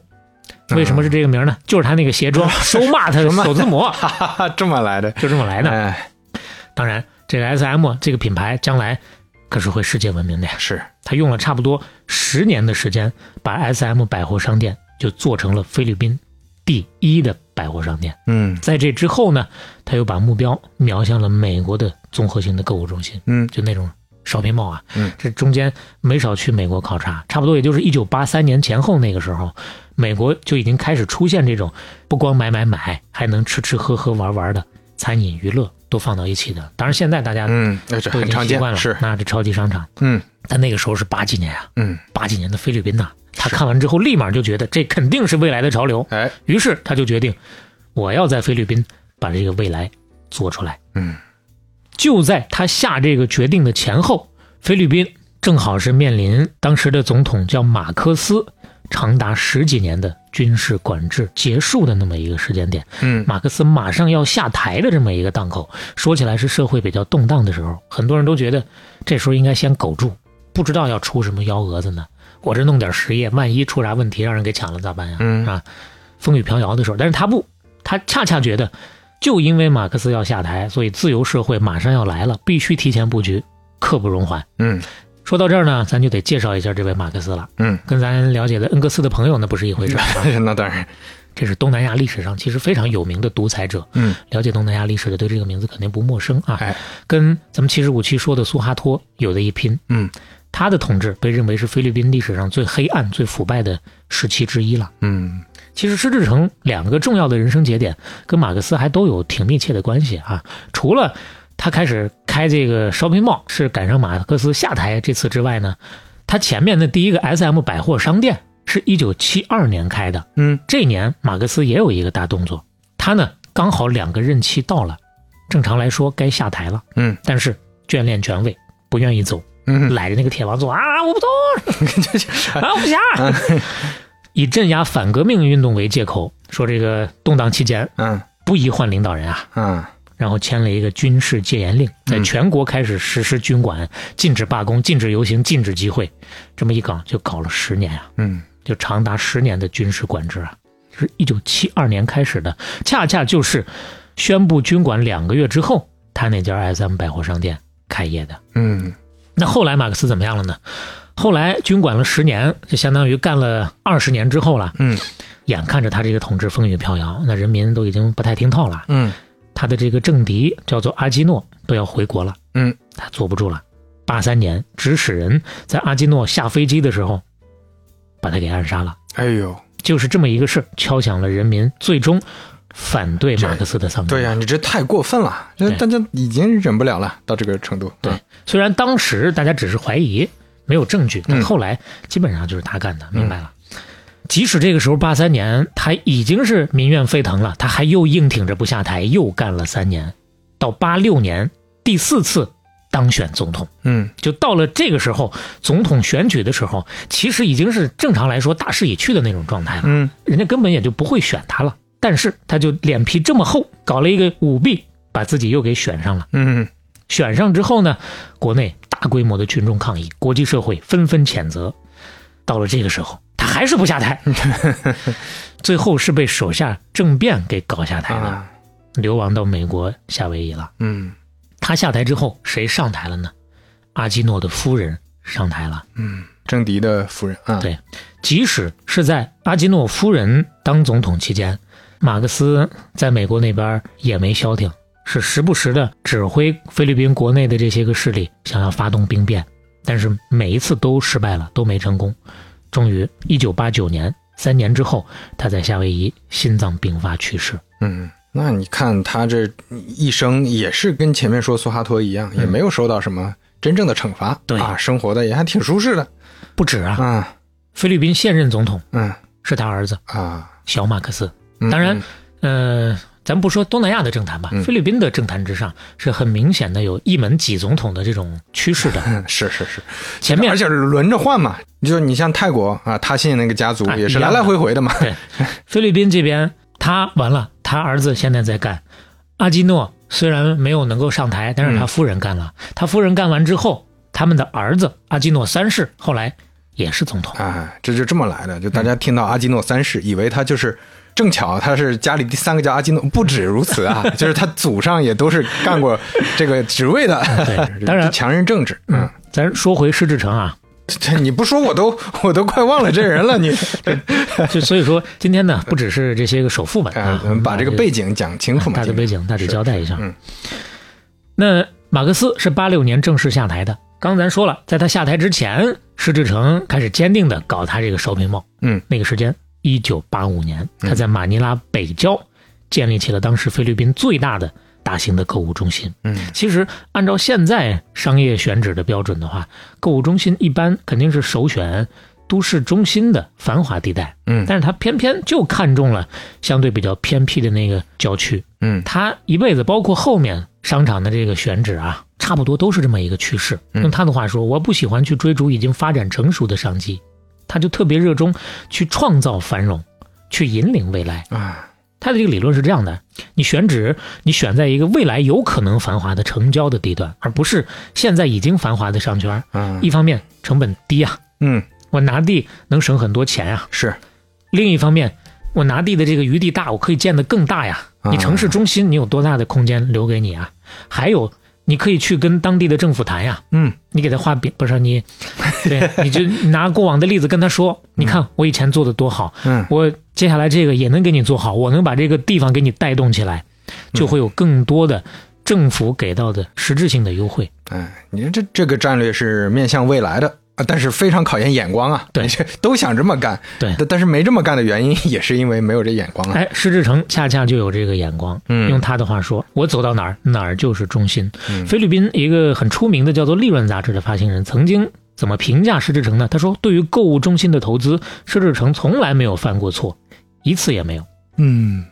Speaker 2: 为什么是这个名儿
Speaker 3: 啊
Speaker 2: 呢？就是他那个鞋 装收骂他的首字母，
Speaker 3: 哈哈哈， 这么来的，
Speaker 2: 就这么来的。
Speaker 3: 哎，
Speaker 2: 当然，这个 S.M 这个品牌将来可是会世界闻名的呀。
Speaker 3: 是，
Speaker 2: 他用了差不多十年的时间，把 S.M 百货商店就做成了菲律宾第一的百货商店。
Speaker 3: 嗯
Speaker 2: 在这之后呢，他又把目标瞄向了美国的综合性的购物中心，
Speaker 3: 嗯
Speaker 2: 就那种 shopping mall 啊。
Speaker 3: 嗯，
Speaker 2: 这中间没少去美国考察，差不多也就是一九八三年前后那个时候，美国就已经开始出现这种不光买买买，还能吃吃喝喝玩玩的餐饮娱乐都放到一起的。当然，现在大家
Speaker 3: 嗯，那这
Speaker 2: 都已
Speaker 3: 很
Speaker 2: 经
Speaker 3: 常
Speaker 2: 习
Speaker 3: 见
Speaker 2: 惯，了，
Speaker 3: 是，
Speaker 2: 那这超级商场。
Speaker 3: 嗯
Speaker 2: 但那个时候是八几年啊。
Speaker 3: 嗯，
Speaker 2: 八几年的菲律宾呐、他看完之后立马就觉得这肯定是未来的潮流，
Speaker 3: 哎，
Speaker 2: 于是他就决定，我要在菲律宾把这个未来做出来。
Speaker 3: 嗯，
Speaker 2: 就在他下这个决定的前后，菲律宾正好是面临当时的总统叫马克思长达十几年的军事管制结束的那么一个时间点。
Speaker 3: 嗯
Speaker 2: 马克思马上要下台的这么一个档口，说起来是社会比较动荡的时候，很多人都觉得这时候应该先苟住，不知道要出什么幺蛾子呢。我这弄点实业，万一出啥问题让人给抢了咋办呀？
Speaker 3: 嗯
Speaker 2: 啊，风雨飘摇的时候，但是他不，他恰恰觉得，就因为马克思要下台，所以自由社会马上要来了，必须提前布局，刻不容缓。
Speaker 3: 嗯
Speaker 2: 说到这儿呢，咱就得介绍一下这位马克思了，
Speaker 3: 嗯，
Speaker 2: 跟咱了解的恩格斯的朋友那不是一回事儿。
Speaker 3: 那当然，
Speaker 2: 这是东南亚历史上其实非常有名的独裁者，
Speaker 3: 嗯，
Speaker 2: 了解东南亚历史的对这个名字肯定不陌生啊。
Speaker 3: 哎，
Speaker 2: 跟咱们七十五期说的苏哈托有的一拼。
Speaker 3: 嗯
Speaker 2: 他的统治被认为是菲律宾历史上最黑暗、最腐败的时期之一了。
Speaker 3: 嗯
Speaker 2: 其实施志成两个重要的人生节点跟马克思还都有挺密切的关系啊。除了他开始开这个 shopping mall 是赶上马克思下台这次之外呢，他前面的第一个 S M 百货商店是一九七二年开的，
Speaker 3: 嗯
Speaker 2: 这年马克思也有一个大动作，他呢刚好两个任期到了，正常来说该下台了，
Speaker 3: 嗯
Speaker 2: 但是眷恋权位，不愿意走，
Speaker 3: 嗯，
Speaker 2: 揽着那个铁王座啊，我不走，
Speaker 3: 这这
Speaker 2: 啊，我不想，以镇压反革命运动为借口，说这个动荡期间
Speaker 3: 嗯
Speaker 2: 不宜换领导人啊，
Speaker 3: 嗯
Speaker 2: 然后签了一个军事戒严令，在全国开始实施军管，禁止罢工、禁止游行、禁止集会，这么一搞就搞了十年啊，
Speaker 3: 嗯
Speaker 2: 就长达十年的军事管制啊，是一九七二年开始的，恰恰就是宣布军管两个月之后，他那家 SM 百货商店开业的。
Speaker 3: 嗯
Speaker 2: 那后来马克思怎么样了呢？后来军管了十年，就相当于干了二十年之后了。
Speaker 3: 嗯，
Speaker 2: 眼看着他这个统治风雨飘摇，那人民都已经不太听套了。
Speaker 3: 嗯
Speaker 2: 他的这个政敌叫做阿基诺都要回国了，
Speaker 3: 嗯，
Speaker 2: 他坐不住了。八三年，指使人在阿基诺下飞机的时候，把他给暗杀了。
Speaker 3: 哎呦，
Speaker 2: 就是这么一个事儿，敲响了人民最终反对马克思的丧钟。
Speaker 3: 对呀、你这太过分了，这
Speaker 2: 对
Speaker 3: 大家已经忍不了了，到这个程度。
Speaker 2: 对，虽然当时大家只是怀疑，没有证据，但
Speaker 3: 嗯
Speaker 2: 后来基本上就是他干的，
Speaker 3: 嗯
Speaker 2: 明白了。即使这个时候八三年他已经是民怨沸腾了，他还又硬挺着不下台，又干了三年，到八六年第四次当选总统。
Speaker 3: 嗯
Speaker 2: 就到了这个时候，总统选举的时候，其实已经是正常来说大势已去的那种状态了。
Speaker 3: 嗯
Speaker 2: 人家根本也就不会选他了。但是他就脸皮这么厚，搞了一个舞弊，把自己又给选上了。
Speaker 3: 嗯
Speaker 2: 选上之后呢，国内大规模的群众抗议，国际社会纷纷谴责。到了这个时候，他还是不下台，最后是被手下政变给搞下台了，
Speaker 3: 啊
Speaker 2: 流亡到美国夏威夷了。
Speaker 3: 嗯
Speaker 2: 他下台之后，谁上台了呢？阿基诺的夫人上台了。
Speaker 3: 嗯，政敌的夫人啊，
Speaker 2: 对即使是在阿基诺夫人当总统期间，马克思在美国那边也没消停，是时不时的指挥菲律宾国内的这些个势力想要发动兵变，但是每一次都失败了，都没成功。终于，一九八九年，三年之后，他在夏威夷心脏病发去世。
Speaker 3: 嗯。那你看他这一生也是跟前面说苏哈托一样，也没有受到什么真正的惩罚，
Speaker 2: 嗯对
Speaker 3: 啊，生活的也还挺舒适的
Speaker 2: 不止啊，
Speaker 3: 啊，
Speaker 2: 菲律宾现任总统
Speaker 3: 嗯
Speaker 2: 是他儿子
Speaker 3: 啊，
Speaker 2: 小马克思。
Speaker 3: 嗯
Speaker 2: 当然，呃，咱不说东南亚的政坛吧，
Speaker 3: 嗯
Speaker 2: 菲律宾的政坛之上是很明显的有一门几总统的这种趋势 的。
Speaker 3: 嗯是是是，
Speaker 2: 前哎面
Speaker 3: 而且是轮着换嘛，就是你像泰国啊，他信那个家族
Speaker 2: 啊
Speaker 3: 也是
Speaker 2: 一
Speaker 3: 来
Speaker 2: 样的
Speaker 3: 来回回的嘛，
Speaker 2: 对菲律宾这边，他完了，他儿子现在在干。阿基诺虽然没有能够上台，但是他夫人干了。他夫人干完之后，他们的儿子阿基诺三世后来也是 总统。
Speaker 3: 哎，这就这么来的。就大
Speaker 2: 嗯
Speaker 3: 家听到阿基诺三世，以为他就是正巧他是家里第三个叫阿基诺，不止如此 啊，就是他祖上也都是干过这个职位的。
Speaker 2: 对当然
Speaker 3: 这 强人政治。嗯，
Speaker 2: 咱说回施志诚啊，
Speaker 3: 这 你不说我都我都快忘了这人 了。你
Speaker 2: 就所以说今天呢，不只是这些个首富们
Speaker 3: 哎
Speaker 2: 啊，
Speaker 3: 我们把这个背景讲清楚嘛。
Speaker 2: 大的
Speaker 3: 今天
Speaker 2: 背景大体交代一下。
Speaker 3: 嗯
Speaker 2: 那马克思是八六年正式下台的。刚咱说了，在他下台之前，施志诚开始坚定的搞他这个烧瓶帽。
Speaker 3: 嗯，
Speaker 2: 那个时间，一九八五年，
Speaker 3: 嗯
Speaker 2: 他在马尼拉北郊建立起了当时菲律宾最大的大型的购物中心。
Speaker 3: 嗯
Speaker 2: 其实按照现在商业选址的标准的话，购物中心一般肯定是首选都市中心的繁华地带，
Speaker 3: 嗯
Speaker 2: 但是他偏偏就看中了相对比较偏僻的那个郊区。
Speaker 3: 嗯
Speaker 2: 他一辈子，包括后面商场的这个选址啊，差不多都是这么一个趋势。
Speaker 3: 嗯
Speaker 2: 用他的话说，我不喜欢去追逐已经发展成熟的商机，他就特别热衷去创造繁荣，去引领未来。
Speaker 3: 啊
Speaker 2: 他的这个理论是这样的：你选址，你选在一个未来有可能繁华的成交的地段，而不是现在已经繁华的商圈。
Speaker 3: 啊
Speaker 2: 一方面成本低呀、
Speaker 3: 嗯
Speaker 2: 我拿地能省很多钱啊呀、
Speaker 3: 是
Speaker 2: 另一方面，我拿地的这个余地大，我可以建得更大呀。
Speaker 3: 啊
Speaker 2: 你城市中心你有多大的空间留给你啊？还有，你可以去跟当地的政府谈呀。
Speaker 3: 嗯
Speaker 2: 你给他画饼，不是 你，对，你就拿过往的例子跟他说，你看我以前做的多好，
Speaker 3: 嗯
Speaker 2: 我接下来这个也能给你做好，我能把这个地方给你带动起来，就会有更多的政府给到的实质性的优惠。
Speaker 3: 哎，你这这个战略是面向未来的。啊但是非常考验眼光啊！
Speaker 2: 对
Speaker 3: 你这都想这么干，
Speaker 2: 对
Speaker 3: 但但是没这么干的原因也是因为没有这眼光啊。
Speaker 2: 哎，施志诚恰恰就有这个眼光。
Speaker 3: 嗯
Speaker 2: 用他的话说，我走到哪儿，哪儿就是中心。
Speaker 3: 嗯
Speaker 2: 菲律宾一个很出名的叫做《利润》杂志的发行人曾经怎么评价石志诚呢？他说，对于购物中心的投资，石志诚从来没有犯过错，一次也没有。
Speaker 3: 嗯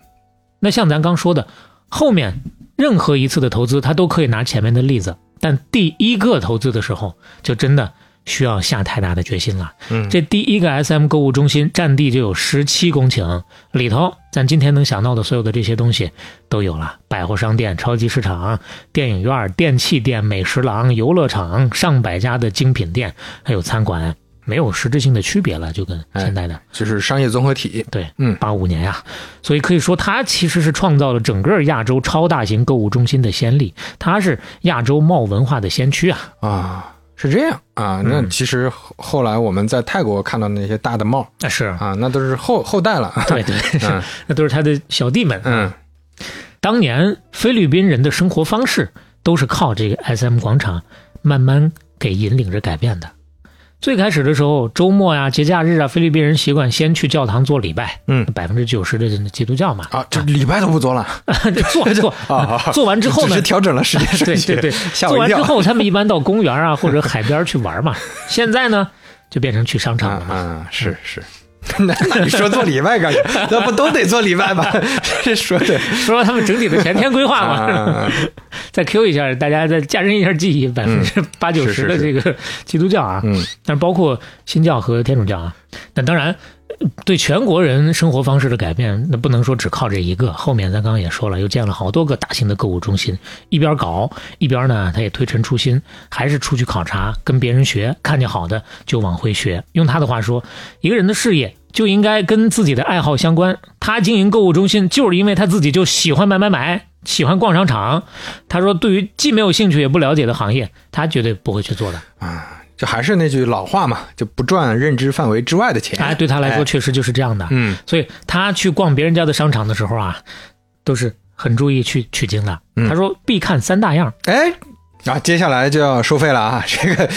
Speaker 2: 那像咱刚说的，后面任何一次的投资，他都可以拿前面的例子，但第一个投资的时候，就真的需要下太大的决心了。
Speaker 3: 嗯
Speaker 2: 这第一个 SM 购物中心占地就有十七公顷，里头咱今天能想到的所有的这些东西都有了：百货商店、超级市场、电影院、电器店、美食廊、游乐场，上百家的精品店，还有餐馆，没有实质性的区别了，就跟现在的。
Speaker 3: 就是商业综合体。
Speaker 2: 对，
Speaker 3: 嗯
Speaker 2: 八五年呀、所以可以说它其实是创造了整个亚洲超大型购物中心的先例，它是亚洲贸文化的先驱啊。
Speaker 3: 啊，是这样啊。那
Speaker 2: 嗯
Speaker 3: 其实后后来我们在泰国看到那些大的帽
Speaker 2: 那是，
Speaker 3: 啊，那都是后后代了。
Speaker 2: 对对，是
Speaker 3: 嗯
Speaker 2: 那都是他的小弟们。
Speaker 3: 嗯
Speaker 2: 当年菲律宾人的生活方式都是靠这个 SM 广场慢慢给引领着改变的。最开始的时候，周末呀、节假日啊，菲律宾人习惯先去教堂做礼拜，
Speaker 3: 嗯
Speaker 2: 百分之九十的人基督教嘛，
Speaker 3: 啊，这礼拜都不做了
Speaker 2: 做做
Speaker 3: 啊。啊
Speaker 2: 做完之后
Speaker 3: 只
Speaker 2: 呢
Speaker 3: 是，调整了时 间顺
Speaker 2: 对
Speaker 3: 序，
Speaker 2: 对对，
Speaker 3: 吓
Speaker 2: 做
Speaker 3: 我一
Speaker 2: 完之
Speaker 3: 跳。
Speaker 2: 后，他们一般到公园啊或者海边去 玩嘛。现在呢，就变成去商
Speaker 3: 啊
Speaker 2: 场了嘛。
Speaker 3: 啊，是是。 那那你说做礼拜 干啥？那不都得做礼拜吗？这 说 的
Speaker 2: 说他们整体的全天规划嘛，
Speaker 3: 啊，
Speaker 2: 再 Q 一下，大家再加深一下记忆，百分之八九
Speaker 3: 是
Speaker 2: 十
Speaker 3: 是
Speaker 2: 的这
Speaker 3: 嗯是
Speaker 2: 个基督教啊，
Speaker 3: 嗯
Speaker 2: 但是包括新教和天主教啊。那当然，呃对全国人生活方式的改变，那不能说只靠这一个。后面咱刚刚也说了，又建了好多个大型的购物中心，一边搞一边呢，他也推陈出新，还是出去考察，跟别人学，看见好的就往回学。用他的话说，一个人的事业。就应该跟自己的爱好相关。他经营购物中心，就是因为他自己就喜欢买买买，喜欢逛商场。他说，对于既没有兴趣也不了解的行业，他绝对不会去做的。
Speaker 3: 啊，就还是那句老话嘛，就不赚认知范围之外的钱。
Speaker 2: 哎，对他来说确实就是这样的。
Speaker 3: 嗯
Speaker 2: 所以他去逛别人家的商场的时候啊，都是很注意去取经的。
Speaker 3: 嗯
Speaker 2: 他说必看三大样，
Speaker 3: 哎，啊，接下来就要收费了啊！ 这个，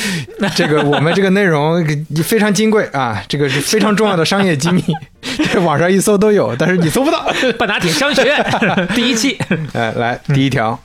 Speaker 3: 这个，我们这个内容非常金贵啊，这个是非常重要的商 业机密，这网上一搜都有，但是你搜 不到。
Speaker 2: 半打铁商学院 第一期。
Speaker 3: 哎，来第一条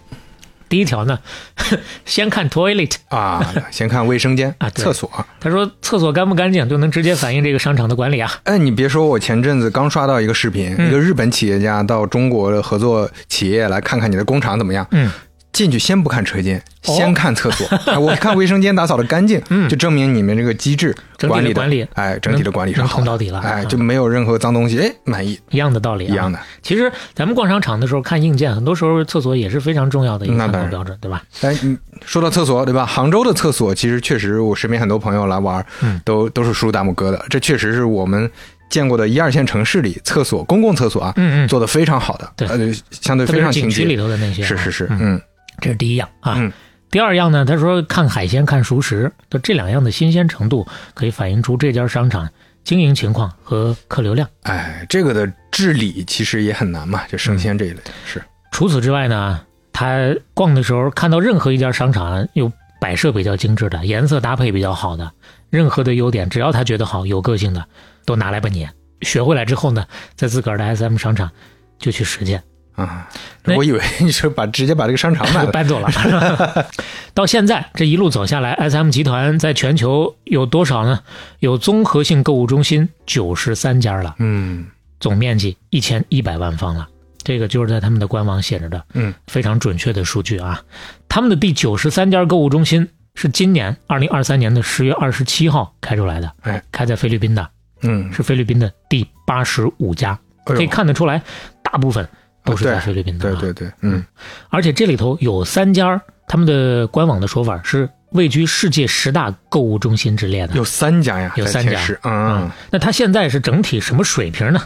Speaker 2: 第一条呢， 先看 toilet。
Speaker 3: 啊，先看卫生间
Speaker 2: 啊对
Speaker 3: 厕所。
Speaker 2: 他说厕所干不干净就能直接反映这个商场的管理啊。
Speaker 3: 哎，你别说，我前阵子刚刷到一个视频，
Speaker 2: 嗯
Speaker 3: 一个日本企业家到中国的合作企业来看看你的工厂怎么样。
Speaker 2: 嗯，
Speaker 3: 进去先不看车间，
Speaker 2: 哦
Speaker 3: 先看厕 所。哎我看卫生间打扫的干净，
Speaker 2: 嗯
Speaker 3: 就证明你们这个机制
Speaker 2: 整体的
Speaker 3: 管理的
Speaker 2: 管理
Speaker 3: 哎，整体的管理是
Speaker 2: 能
Speaker 3: 好
Speaker 2: 通
Speaker 3: 的。
Speaker 2: 到底了。
Speaker 3: 哎，
Speaker 2: 嗯
Speaker 3: 就没有任何脏东西，哎，满意
Speaker 2: 一样的道理、啊，
Speaker 3: 一样的。
Speaker 2: 其实咱们逛商场的时候看硬件，很多时候厕所也是非常重要的一个
Speaker 3: 那
Speaker 2: 参
Speaker 3: 当
Speaker 2: 考
Speaker 3: 然
Speaker 2: 标准，对吧？
Speaker 3: 但你说到厕所，对吧？杭州的厕所其实确实，我身边很多朋友来玩，
Speaker 2: 嗯
Speaker 3: 都都是输大拇哥的。这确实是我们见过的一二线城市里厕所，公共厕所啊，
Speaker 2: 嗯嗯，
Speaker 3: 做的非常好的，
Speaker 2: 对
Speaker 3: 呃，相对
Speaker 2: 特
Speaker 3: 非
Speaker 2: 别是
Speaker 3: 常
Speaker 2: 景
Speaker 3: 清
Speaker 2: 区
Speaker 3: 洁
Speaker 2: 里。头的那些啊、
Speaker 3: 是是是，
Speaker 2: 嗯
Speaker 3: 嗯
Speaker 2: 这是第一样啊。
Speaker 3: 嗯
Speaker 2: 第二样呢，他说看海鲜、看熟食，就这两样的新鲜程度，可以反映出这家商场经营情况和客流量。
Speaker 3: 哎，这个的治理其实也很难嘛，就生鲜这一类的
Speaker 2: 嗯
Speaker 3: 是，
Speaker 2: 除此之外呢，他逛的时候看到任何一家商场有摆设比较精致的、颜色搭配比较好的，任何的优点，只要他觉得好、有个性的，都拿来吧你。学会来之后呢，在自个儿的 SM 商场就去实践。
Speaker 3: 啊，
Speaker 2: 那
Speaker 3: 我以为你说把直接把这个商场买
Speaker 2: 就
Speaker 3: 了，
Speaker 2: 搬走了。 到现在这一路走下来，SM 集团在全球有多少呢？有综合性购物中心九十三家了，
Speaker 3: 嗯
Speaker 2: 总面积一千一百万方了。这个就是在他们的官网写着的，
Speaker 3: 嗯，
Speaker 2: 非常准确的数据啊。他们的第九十三家购物中心是今年二零二三年的十月二十七号开出来的，
Speaker 3: 哎，
Speaker 2: 开在菲律宾的，
Speaker 3: 嗯，
Speaker 2: 是菲律宾的第八十五家，
Speaker 3: 哎呦
Speaker 2: 可以看得出来，大部分都是在
Speaker 3: 啊
Speaker 2: 菲律宾的、啊
Speaker 3: 对对对，嗯
Speaker 2: 而且这里头有三家儿，他们的官网的说法是位居世界十大购物中心之列的。
Speaker 3: 有三家呀，
Speaker 2: 有
Speaker 3: 在
Speaker 2: 三
Speaker 3: 天
Speaker 2: 家
Speaker 3: 市，嗯，
Speaker 2: 那它现在是整体什么水平呢？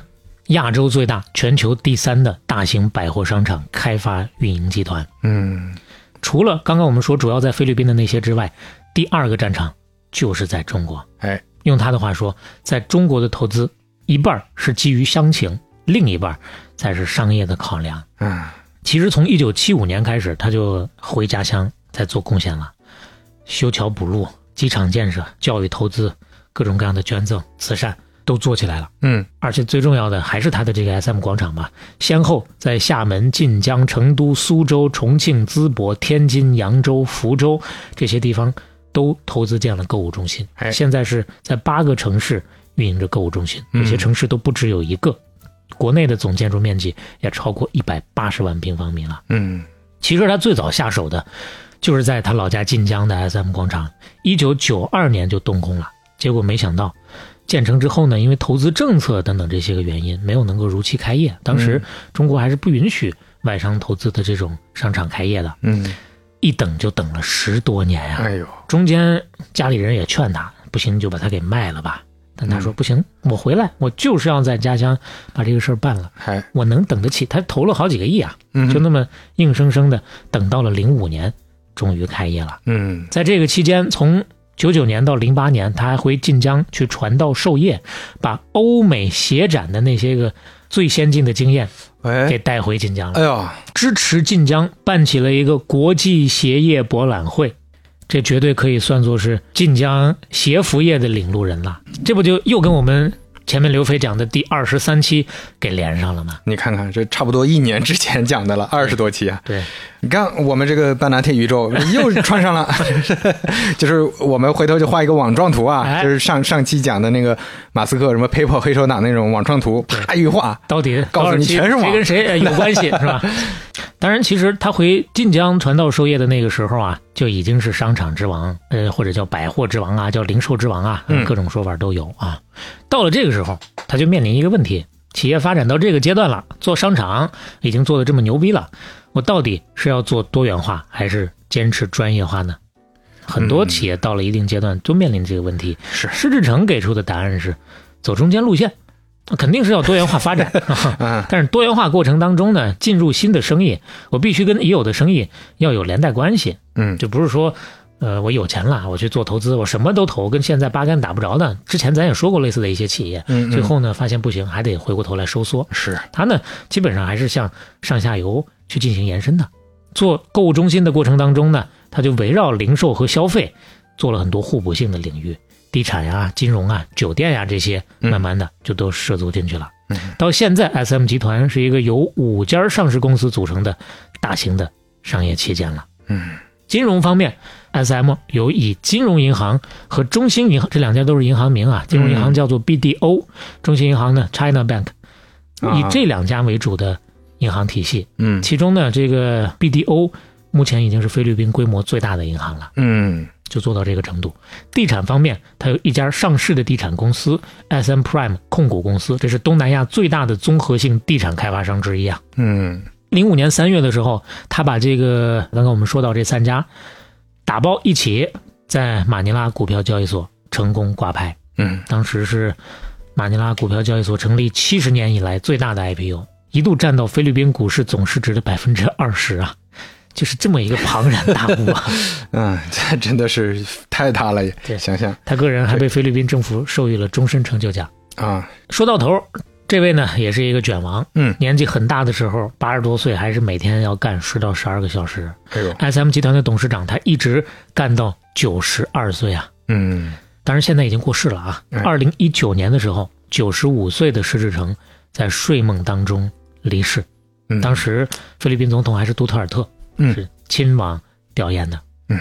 Speaker 2: 亚洲最大、全球第三的大型百货商场开发运营集团，
Speaker 3: 嗯，
Speaker 2: 除了刚刚我们说主要在菲律宾的那些之外，第二个战场就是在中国。
Speaker 3: 哎，
Speaker 2: 用他的话说，在中国的投资一半儿是基于乡情，另一半儿才是商业的考量。
Speaker 3: 啊，
Speaker 2: 其实从一九七五年开始，他就回家乡在做贡献了，修桥补路、机场建设、教育投资、各种各样的捐赠、慈善都做起来了。
Speaker 3: 嗯
Speaker 2: 而且最重要的还是他的这个 SM 广场吧，先后在厦门、晋江、成都、苏州、重庆、淄博、天津、扬州、福州这些地方都投资建了购物中心
Speaker 3: 哎。
Speaker 2: 现在是在八个城市运营着购物中心，
Speaker 3: 嗯
Speaker 2: 有些城市都不只有一个。国内的总建筑面积也超过一百八十万平方米了。
Speaker 3: 嗯
Speaker 2: 其实他最早下手的，就是在他老家晋江的 SM 广场，一九九二年就动工了。结果没想到，建成之后呢，因为投资政策等等这些个原因，没有能够如期开业。当时
Speaker 3: 嗯
Speaker 2: 中国还是不允许外商投资的这种商场开业的，
Speaker 3: 嗯，
Speaker 2: 一等就等了十多年呀、
Speaker 3: 哎呦，
Speaker 2: 中间家里人也劝他，不行你就把它给卖了吧。但他说、
Speaker 3: 嗯
Speaker 2: 不行，我回来，我就是要在家乡把这个事儿办了，
Speaker 3: 还
Speaker 2: 我能等得起。他投了好几个亿啊，
Speaker 3: 嗯
Speaker 2: 就那么硬生生的等到了零五年，终于开业了。
Speaker 3: 嗯
Speaker 2: 在这个期间，从九九年到零八年，他还回晋江去传道授业，把欧美鞋展的那些个最先进的经验给
Speaker 3: 哎
Speaker 2: 带回晋江了
Speaker 3: 哎。呦，
Speaker 2: 支持晋江办起了一个国际鞋业博览会，这绝对可以算作是晋江鞋服业的领路人了。这不就又跟我们前面刘飞讲的第二十三期给连上了吗？
Speaker 3: 你看看这差不多一年之前讲的了，二十多期啊。
Speaker 2: 对，
Speaker 3: 你看我们这个半拿铁宇宙又穿 上了，就是我们回头就画一个网状图啊，
Speaker 2: 哎
Speaker 3: 就是上上期讲的那个马斯克什么 PayPal 黑手党那种网状图，啪一画，
Speaker 2: 到底
Speaker 3: 告诉你
Speaker 2: 高尔基
Speaker 3: 全是网
Speaker 2: 谁跟谁呃有关系 是吧？当然，其实他回晋江传道授业的那个时候啊，就已经是商场之王，呃，或者叫百货之王啊，叫零售之王啊，
Speaker 3: 嗯
Speaker 2: 各种说法都有啊。到了这个时候，他就面临一个问题：企业发展到这个阶段了，做商场已经做的这么牛逼了，我到底是要做多元化，还是坚持专业化呢？很多
Speaker 3: 嗯
Speaker 2: 企业到了一定阶段都面临这个问题。
Speaker 3: 是
Speaker 2: 施志成给出的答案是走中间路线，那肯定是要多元化发展。
Speaker 3: 嗯
Speaker 2: 但是多元化过程当中呢，进入新的生意，我必须跟已有的生意要有连带关系，
Speaker 3: 嗯
Speaker 2: 就不是说，呃，我有钱了，我去做投资，我什么都投，跟现在八竿打不着的。之前咱也说过类似的一些企业，
Speaker 3: 嗯，
Speaker 2: 最后呢发现不行，还得回过头来收缩。
Speaker 3: 是
Speaker 2: 它呢基本上还是向上下游去进行延伸的。做购物中心的过程当中呢，它就围绕零售和消费做了很多互补性的领域，地产呀、金融啊、酒店呀这些，
Speaker 3: 嗯
Speaker 2: 慢慢的就都涉足进去了。
Speaker 3: 嗯
Speaker 2: 到现在，SM 集团是一个由五家上市公司组成的大型的商业旗舰了。
Speaker 3: 嗯
Speaker 2: 金融方面，SM 有以金融银行和中兴银行这两家都是银行名啊，金融银行叫做 BDO，、中兴银行呢 China Bank，
Speaker 3: 啊
Speaker 2: 以这两家为主的银行体系。
Speaker 3: 嗯
Speaker 2: 其中呢，这个 BDO 目前已经是菲律宾规模最大的银行了，
Speaker 3: 嗯
Speaker 2: 就做到这个程度。地产方面，它有一家上市的地产公司 SM Prime 控股公司，这是东南亚最大的综合性地产开发商之一啊。
Speaker 3: 嗯
Speaker 2: 零五年三月的时候，他把这个刚刚我们说到这三家打包一起，在马尼拉股票交易所成功挂牌。
Speaker 3: 嗯
Speaker 2: 当时是马尼拉股票交易所成立七十年以来最大的 IPO，一度占到菲律宾股市总市值的百分之二十啊，就是这么一个庞然大物啊！
Speaker 3: 嗯，这真的是太大了，
Speaker 2: 对
Speaker 3: 想想
Speaker 2: 他个人还被菲律宾政府授予了终身成就奖。
Speaker 3: 啊，
Speaker 2: 说到头，这位呢也是一个卷王，
Speaker 3: 嗯
Speaker 2: 年纪很大的时候，八十多岁还是每天要干十到十二个小时。
Speaker 3: 哎呦，
Speaker 2: SM 集团的董事长，他一直干到九十二岁啊。
Speaker 3: 嗯
Speaker 2: 当然，现在已经过世了啊。
Speaker 3: 哎
Speaker 2: 二零一九年的时候，九十五岁的施志成在睡梦当中离世。
Speaker 3: 嗯，
Speaker 2: 当时菲律宾总统还是杜特尔特，
Speaker 3: 嗯
Speaker 2: 是亲王吊唁的。
Speaker 3: 嗯，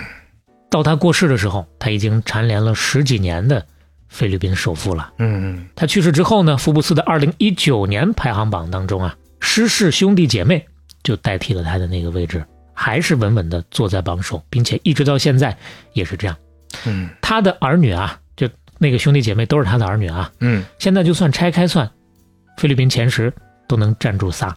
Speaker 2: 到他过世的时候，他已经蝉联了十几年的菲律宾首富了。
Speaker 3: 嗯
Speaker 2: 他去世之后呢，福布斯的二零一九年排行榜当中啊，施氏兄弟姐妹就代替了他的那个位置，还是稳稳的坐在榜首，并且一直到现在也是这样。
Speaker 3: 嗯
Speaker 2: 他的儿女啊，就那个兄弟姐妹都是他的儿女啊，
Speaker 3: 嗯
Speaker 2: 现在就算拆开算，菲律宾前十都能站住仨。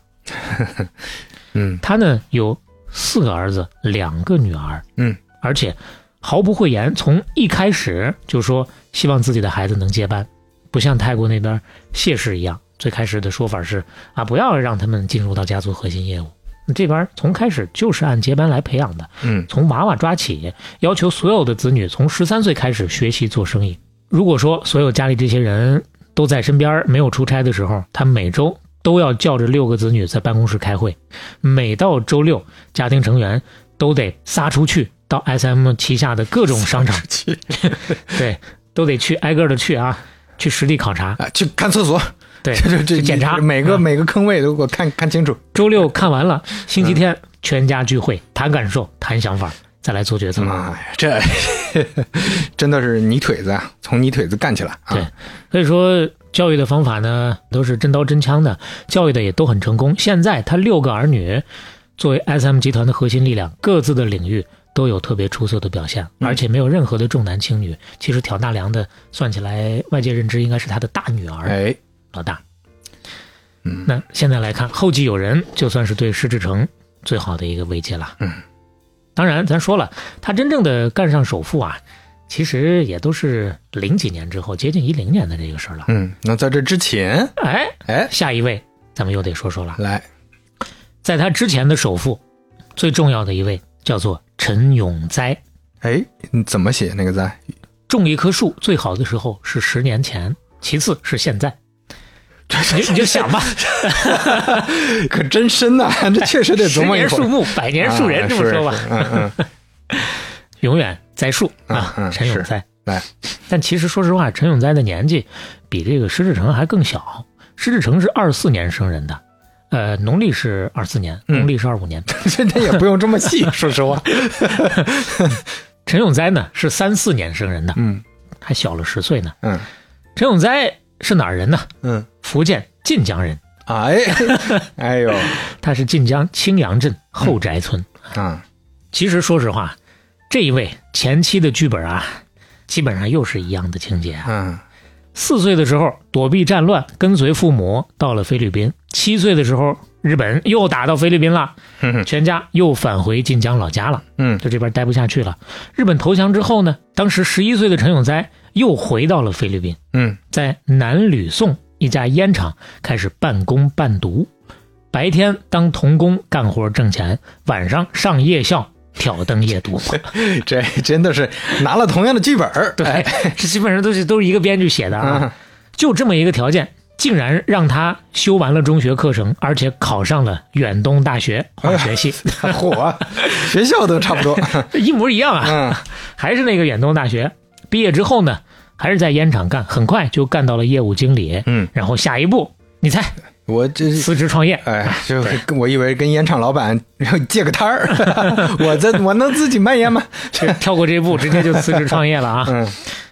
Speaker 3: 嗯
Speaker 2: 他呢有四个儿子，两个女儿，
Speaker 3: 嗯，
Speaker 2: 而且毫不讳言，从一开始就说希望自己的孩子能接班，不像泰国那边谢氏一样，最开始的说法是啊，不要让他们进入到家族核心业务。这边从开始就是按接班来培养的，
Speaker 3: 嗯
Speaker 2: 从娃娃抓起，要求所有的子女从十三岁开始学习做生意。如果说所有家里这些人都在身边，没有出差的时候，他每周都要叫着六个子女在办公室开会。每到周六，家庭成员都得撒出去到 SM 旗下的各种商场，对，都得去挨个的去啊，去实地考察。
Speaker 3: 啊，去看厕所，
Speaker 2: 对，
Speaker 3: 这这这
Speaker 2: 去检查
Speaker 3: 每个
Speaker 2: 嗯
Speaker 3: 每个坑位都给我看看清楚，
Speaker 2: 周六看完了，
Speaker 3: 嗯
Speaker 2: 星期天全家聚会谈感受、谈想法，再来做决策。
Speaker 3: 哎妈呀，这 真的是泥腿子啊，从泥腿子干起来啊。
Speaker 2: 对所以说，教育的方法呢，都是真刀真枪的，教育的也都很成功。现在他六个儿女作为 SM 集团的核心力量，各自的领域都有特别出色的表现，
Speaker 3: 嗯
Speaker 2: 而且没有任何的重男轻女。其实挑大梁的，算起来外界认知应该是他的大女儿
Speaker 3: 哎，
Speaker 2: 老大。
Speaker 3: 嗯，
Speaker 2: 那现在来看，后继有人，就算是对施志成最好的一个慰藉了。
Speaker 3: 嗯，
Speaker 2: 当然，咱说了，他真正的干上首富啊，其实也都是零几年之后，接近一零年的这个事儿了。
Speaker 3: 嗯，那在这之前，
Speaker 2: 哎，
Speaker 3: 哎，
Speaker 2: 下一位咱们又得说说了，
Speaker 3: 来，
Speaker 2: 在他之前的首富，最重要的一位叫做陈永栽。
Speaker 3: 哎，你怎么写那个啊 在？
Speaker 2: 种一棵树最好的时候是十年前，其次是现 在。你你就想吧，
Speaker 3: 可真深呐、这确实得
Speaker 2: 十
Speaker 3: 琢磨一
Speaker 2: 年
Speaker 3: 会
Speaker 2: 树
Speaker 3: 儿。
Speaker 2: 木，百年树人，
Speaker 3: 啊
Speaker 2: 这么说吧，
Speaker 3: 是嗯嗯，
Speaker 2: 永远栽树
Speaker 3: 啊嗯
Speaker 2: 陈永
Speaker 3: 是
Speaker 2: 栽。
Speaker 3: 来，
Speaker 2: 但其实说实话，陈永栽的年纪比这个施志成还更小。施志成是二四年生人的，呃，农历是二四年，
Speaker 3: 嗯
Speaker 2: 农历是二五年。
Speaker 3: 真的也不 用这 么细，说实话。
Speaker 2: 陈永栽呢是三四年生人的，
Speaker 3: 嗯
Speaker 2: 还小了十岁呢。
Speaker 3: 嗯
Speaker 2: 陈永栽是哪儿人呢？
Speaker 3: 嗯，
Speaker 2: 福建晋江人，
Speaker 3: 哎， 哎呦，
Speaker 2: 他是晋江青阳镇后宅村。
Speaker 3: 啊，
Speaker 2: 其实说实话，这一位前期的剧本啊，基本上又是一样的情节啊。
Speaker 3: 嗯
Speaker 2: 四岁的时候躲避战乱，跟随父母到了菲律宾；七岁的时候，日本又打到菲律宾了，
Speaker 3: 哼哼
Speaker 2: 全家又返回晋江老家了，
Speaker 3: 嗯
Speaker 2: 在这边待不下去了。日本投降之后呢，当时十一岁的陈永栽又回到了菲律宾，
Speaker 3: 嗯
Speaker 2: 在南吕宋一家烟厂开始半工半读，白天当童工干活挣钱，晚上上夜校挑灯夜读。
Speaker 3: 这真的是拿了同样的剧本儿，
Speaker 2: 对
Speaker 3: 哎，
Speaker 2: 这基本上都是都是一个编剧写的啊。
Speaker 3: 嗯
Speaker 2: 就这么一个条件，竟然让他修完了中学课程，而且考上了远东大学
Speaker 3: 哎
Speaker 2: 化学系，
Speaker 3: 火，啊学校都差不多，
Speaker 2: 一模一样啊，
Speaker 3: 嗯
Speaker 2: 还是那个远东大学。毕业之后呢，还是在烟厂干，很快就干到了业务经理。
Speaker 3: 嗯，呃
Speaker 2: 然后下一步，你猜，
Speaker 3: 我这
Speaker 2: 辞职创业。
Speaker 3: 哎，就跟我以为跟烟厂老板借个摊儿， 我这我能自己卖烟吗？
Speaker 2: 跳过这一步，直接就辞职创业了啊！
Speaker 3: 嗯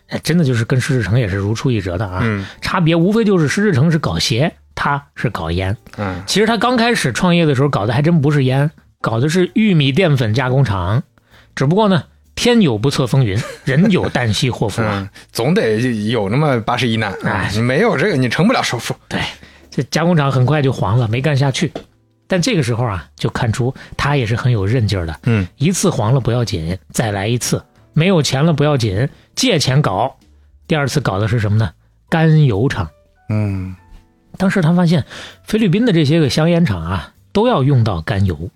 Speaker 2: 哎真的就是跟施志成也是如出一辙的啊，
Speaker 3: 嗯
Speaker 2: 差别无非就是施志成是搞鞋，他是搞烟。
Speaker 3: 嗯
Speaker 2: 其实他刚开始创业的时候搞的还真不是烟，搞的是玉米淀粉加工厂，只不过呢，天有不测风云， 人有旦夕祸福啊。
Speaker 3: 嗯，总得有那么八十一难啊
Speaker 2: 哎！
Speaker 3: 你没有这个，你成不了首富。
Speaker 2: 对，这加工厂很快就黄了，没干下去。但这个时候啊，就看出他也是很有韧劲儿的。
Speaker 3: 嗯，
Speaker 2: 一次黄了不要紧，再来一次；没有钱了不要紧，借钱搞。第二次搞的是什么呢？甘油厂。
Speaker 3: 嗯
Speaker 2: 当时他发现菲律宾的这些个香烟厂啊，都要用到甘油，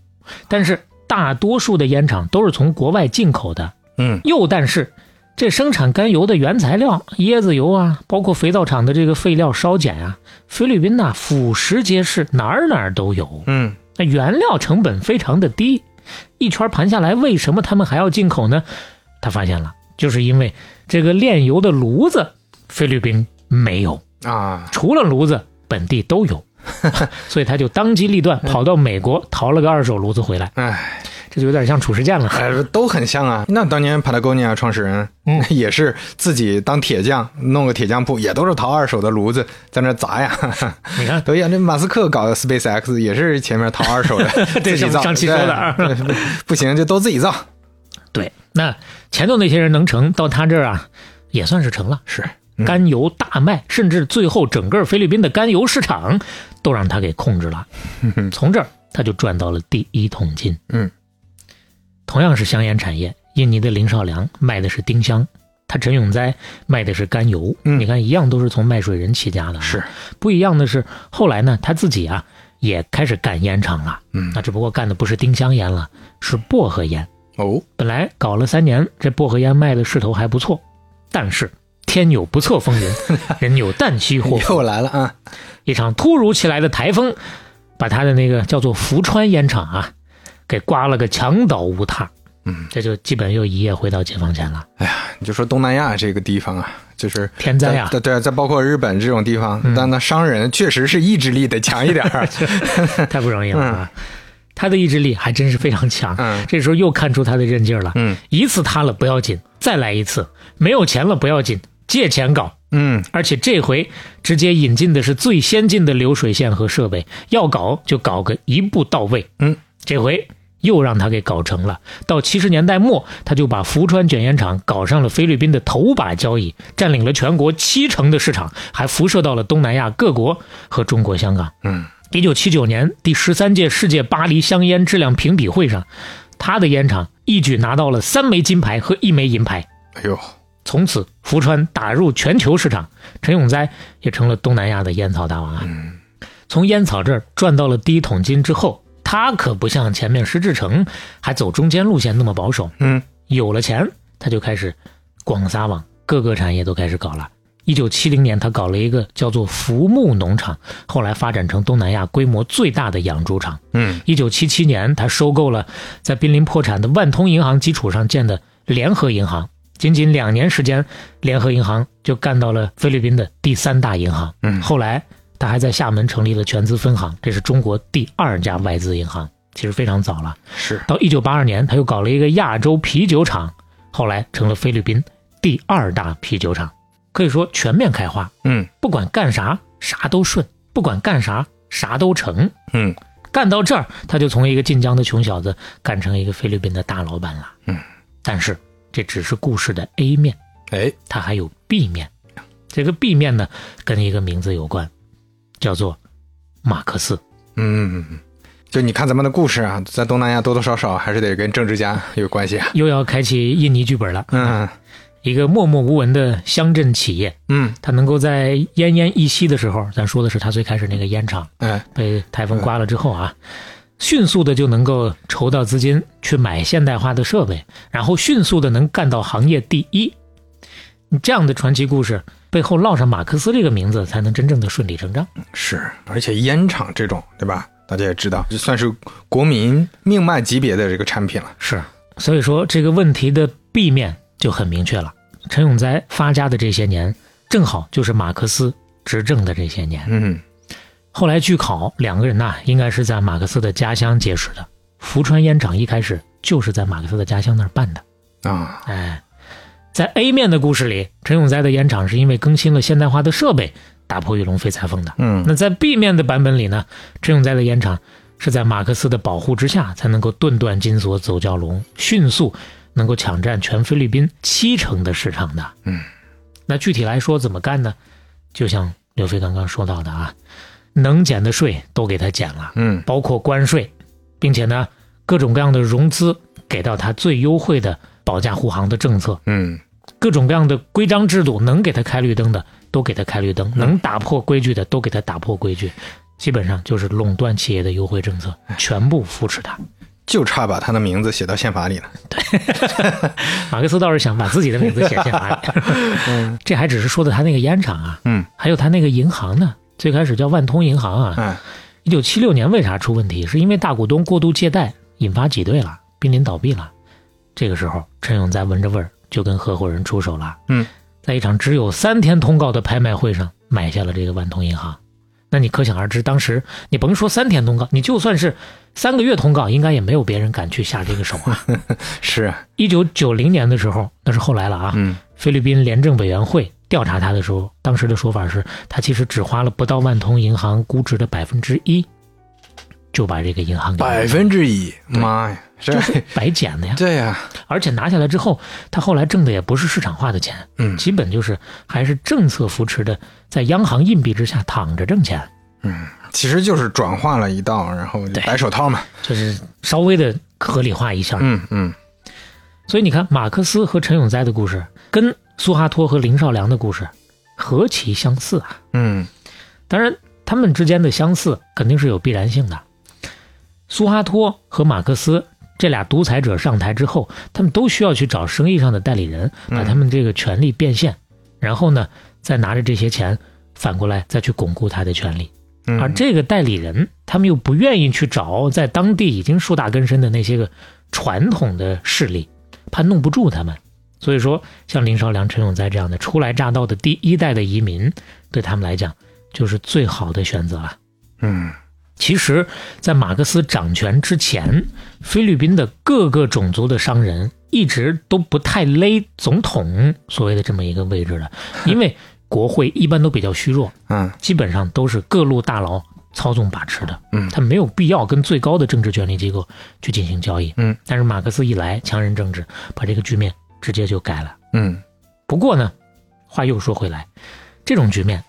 Speaker 2: 但是大多数的烟厂都是从国外进口的。
Speaker 3: 嗯
Speaker 2: 又但是，这生产甘油的原材料椰子油啊，包括肥皂厂的这个废料烧碱啊，菲律宾呐、俯拾皆是，哪儿哪儿都有。
Speaker 3: 嗯
Speaker 2: 那原料成本非常的低，一圈盘下来，为什么他们还要进口呢？他发现了，就是因为这个炼油的炉子，菲律宾没有。
Speaker 3: 啊，
Speaker 2: 除了炉子，本地都 有，所以他就当机立断跑到美国淘了个二手炉子回来，
Speaker 3: 哎，
Speaker 2: 这就有点像褚时健了。
Speaker 3: 哎都很像啊。那当年 Patagonia 创始人
Speaker 2: 嗯
Speaker 3: 也是自己当铁匠，弄个铁匠铺，也都是淘二手的炉子在那砸呀。
Speaker 2: 你看，
Speaker 3: 对呀，那马斯克搞的 SpaceX 也是前面淘二手的，
Speaker 2: 对
Speaker 3: 自己造。
Speaker 2: 上上期说的啊
Speaker 3: 对，对不行就都自己造。
Speaker 2: 对，那前头那些人能成，到他这儿啊，也算是成了。
Speaker 3: 是，
Speaker 2: 甘油大卖，甚至最后整个菲律宾的甘油市场都让他给控制了。 从这儿他就赚到了第一桶金。
Speaker 3: 嗯，
Speaker 2: 同样是香烟产业，印尼的林少良卖的是丁香，他陈永栽卖的是甘油。
Speaker 3: 嗯
Speaker 2: 你看，一样都是从卖水人起家的、啊。
Speaker 3: 是，
Speaker 2: 不一样的是，后来呢，他自己啊也开始干烟厂了。
Speaker 3: 嗯
Speaker 2: 那只不过干的不是丁香烟了，是薄荷烟。
Speaker 3: 哦，
Speaker 2: 本来搞了三年，这薄荷烟卖的势头还不错，但是天有不测风 云，人有旦夕祸福。
Speaker 3: 又来了啊！
Speaker 2: 一场突如其来的台风，把他的那个叫做福川烟厂啊，给刮了个墙倒屋塌。
Speaker 3: 嗯，
Speaker 2: 这就基本又一夜回到解放前 了。
Speaker 3: 哎你就说东南亚这个地方啊，就是
Speaker 2: 天灾啊嗯
Speaker 3: 对对，再包括日本这种地 方，但那商人确实是意志力得强一点儿。
Speaker 2: 太不容易了啊！他的意志力还真是非常强。
Speaker 3: 嗯
Speaker 2: 这时候又看出他的韧劲儿了。
Speaker 3: 嗯
Speaker 2: 一次塌了不要紧，再来一次；没有钱了不要紧，借钱搞。
Speaker 3: 嗯
Speaker 2: 而且这回直接引进的是最先进的流水线和设备，要搞就搞个一步到位。
Speaker 3: 嗯，
Speaker 2: 这回又让他给搞成了。到七十年代末，他就把福川卷烟厂搞上了菲律宾的头把交椅，占领了全国七成的市场，还辐射到了东南亚各国和中国香港。
Speaker 3: 嗯
Speaker 2: 一九七九年第十三届世界巴黎香烟质量评比会上，他的烟厂一举拿到了三枚金牌和一枚银牌。
Speaker 3: 哎呦，
Speaker 2: 从此，福川打入全球市场，陈永哉也成了东南亚的烟草大王啊。从烟草这儿赚到了第一桶金之后，他可不像前面石志成还走中间路线那么保守，
Speaker 3: 嗯
Speaker 2: 有了钱，他就开始广撒网，各个产业都开始搞了。一九七零年，他搞了一个叫做福木农场，后来发展成东南亚规模最大的养猪场。
Speaker 3: 嗯
Speaker 2: 一九七七年，他收购了在濒临破产的万通银行基础上建的联合银行。仅仅两年时间，联合银行就干到了菲律宾的第三大银行。
Speaker 3: 嗯
Speaker 2: 后来，他还在厦门成立了全资分行，这是中国第二家外资银行，其实非常早了。
Speaker 3: 是，
Speaker 2: 到一九八二年，他又搞了一个亚洲啤酒厂，后来成了菲律宾第二大啤酒厂，可以说全面开花，
Speaker 3: 嗯
Speaker 2: 不管干啥啥都顺，不管干啥啥都成。
Speaker 3: 嗯
Speaker 2: 干到这儿，他就从一个晋江的穷小子干成一个菲律宾的大老板了。
Speaker 3: 嗯，
Speaker 2: 但是这只是故事的 A 面，
Speaker 3: 哎
Speaker 2: 它还有 B 面。这个 B 面呢，跟一个名字有关，叫做马克思。
Speaker 3: 嗯，就你看咱们的故事啊，在东南亚多多少少还是得跟政治家有关系啊。
Speaker 2: 又要开启印尼剧本了。
Speaker 3: 嗯
Speaker 2: 一个默默无闻的乡镇企业，
Speaker 3: 嗯
Speaker 2: 它能够在奄奄一息的时候，咱说的是它最开始那个烟厂
Speaker 3: 哎
Speaker 2: 被台风刮了之后啊，迅速的就能够筹到资金去买现代化的设备，然后迅速的能干到行业第一。你这样的传奇故事背后烙上马克思这个名字，才能真正的顺理成章。
Speaker 3: 是，而且烟厂这种对吧？大家也知道，就算是国民命脉级别的这个产品了。
Speaker 2: 是，所以说这个问题的 B 面就很明确了。陈永栽发家的这些年，正好就是马克思执政的这些年。
Speaker 3: 嗯
Speaker 2: 后来据考，两个人呐、应该是在马克思的家乡结识的。福川烟厂一开始就是在马克思的家乡那儿办的。
Speaker 3: 啊，
Speaker 2: 哎，在 A 面的故事里，陈永栽的烟厂是因为更新了现代化的设备，打破玉龙飞采风的。
Speaker 3: 嗯
Speaker 2: 那在 B 面的版本里呢，陈永栽的烟厂是在马克思的保护之下，才能够顿断金锁走蛟龙，迅速能够抢占全菲律宾七成的市场的。
Speaker 3: 嗯，
Speaker 2: 那具体来说怎么干呢？就像刘飞刚刚说到的啊，能减的税都给他减了，
Speaker 3: 嗯
Speaker 2: 包括关税，并且呢，各种各样的融资给到他最优惠的保驾护航的政策，
Speaker 3: 嗯
Speaker 2: 各种各样的规章制度，能给他开绿灯的都给他开绿灯，能打破规矩的都给他打破规矩，基本上就是垄断企业的优惠政策，全部扶持他。
Speaker 3: 就差把他的名字写到宪法里了。
Speaker 2: 马克思倒是想把自己的名字写下来，这还只是说的他那个烟厂啊，
Speaker 3: 嗯，
Speaker 2: 还有他那个银行呢，最开始叫万通银行啊，
Speaker 3: 哎，
Speaker 2: 一九七六年为啥出问题？是因为大股东过度借贷引发挤兑了，濒临倒闭了。这个时候，陈永栽闻着味儿就跟合伙人出手了。
Speaker 3: 嗯，
Speaker 2: 在一场只有三天通告的拍卖会上买下了这个万通银行。那你可想而知，当时你甭说三天通告，你就算是三个月通告，应该也没有别人敢去下这个手啊。
Speaker 3: 是，
Speaker 2: 一九九零年的时候，那是后来了啊。
Speaker 3: 嗯
Speaker 2: 菲律宾廉政委员会调查他的时候，当时的说法是他其实只花了不到万通银行估值的百分之一，就把这个银行给
Speaker 3: 百分之一，妈呀，这
Speaker 2: 白捡的呀！
Speaker 3: 对呀，
Speaker 2: 而且拿下来之后，他后来挣的也不是市场化的钱，
Speaker 3: 嗯
Speaker 2: 基本就是还是政策扶持的，在央行硬币之下躺着挣钱，
Speaker 3: 嗯，其实就是转化了一道，然后
Speaker 2: 对
Speaker 3: 白手套嘛。
Speaker 2: 就是稍微的合理化一下。
Speaker 3: 嗯嗯
Speaker 2: 所以你看，马克思和陈永栽的故事跟苏哈托和林少良的故事何其相似啊！
Speaker 3: 嗯
Speaker 2: 当然，他们之间的相似肯定是有必然性的。苏哈托和马克思这俩独裁者上台之后，他们都需要去找生意上的代理人，把他们这个权利变现，然后呢，再拿着这些钱反过来再去巩固他的权利。
Speaker 3: 嗯，
Speaker 2: 而啊这个代理人，他们又不愿意去找在当地已经树大根深的那些个传统的势力，怕弄不住他们。所以说，像林少良、陈永栽这样的初来乍到的第一代的移民，对他们来讲就是最好的选择啊。
Speaker 3: 嗯
Speaker 2: 其实，在马克思掌权之前，菲律宾的各个种族的商人一直都不太勒总统所谓的这么一个位置的，因为国会一般都比较虚弱，
Speaker 3: 嗯
Speaker 2: 基本上都是各路大佬操纵把持的，
Speaker 3: 嗯
Speaker 2: 他没有必要跟最高的政治权力机构去进行交易，
Speaker 3: 嗯，
Speaker 2: 但是马克思一来，强人政治把这个局面直接就改了。
Speaker 3: 嗯
Speaker 2: 不过呢，话又说回来，这种局面，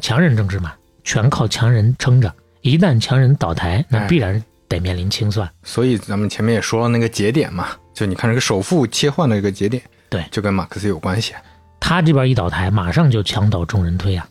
Speaker 2: 强人政治嘛，全靠强人撑着。一旦强人倒台，那
Speaker 3: 哎
Speaker 2: 必然得面临清算。
Speaker 3: 所以咱们前面也说了那个节点嘛，就你看这个首富切换的这个节点，
Speaker 2: 对
Speaker 3: 就跟马克思有关系。
Speaker 2: 他这边一倒台，马上就墙倒众人推啊。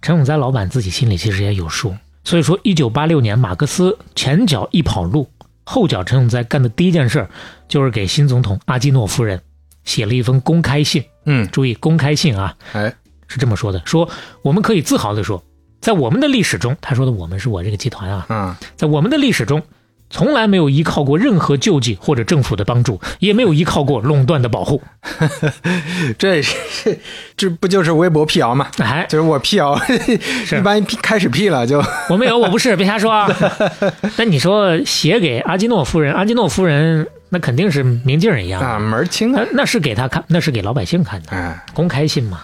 Speaker 2: 陈永栽老板自己心里其实也有数，所以说，一九八六年马克思前脚一跑路，后脚陈永栽干的第一件事儿就是给新总统阿基诺夫人写了一封公开信。
Speaker 3: 嗯，
Speaker 2: 注意，公开信啊，
Speaker 3: 哎，
Speaker 2: 是这么说的：说我们可以自豪地说，在我们的历史中，他说的我们是我这个集团啊，
Speaker 3: 嗯
Speaker 2: 在我们的历史中，从来没有依靠过任何救济或者政府的帮助，也没有依靠过垄断的保护。
Speaker 3: 这是这不就是微博辟谣嘛？
Speaker 2: 哎，
Speaker 3: 就是我辟 谣，一般辟开始辟了就
Speaker 2: 我没有，我不是，别瞎说啊。但你说写给阿基诺夫人，阿基诺夫人那肯定是明镜儿一样，
Speaker 3: 啊门儿清
Speaker 2: 那
Speaker 3: 啊，
Speaker 2: 那是给他看，那是给老百姓看的，
Speaker 3: 哎，
Speaker 2: 公开信嘛。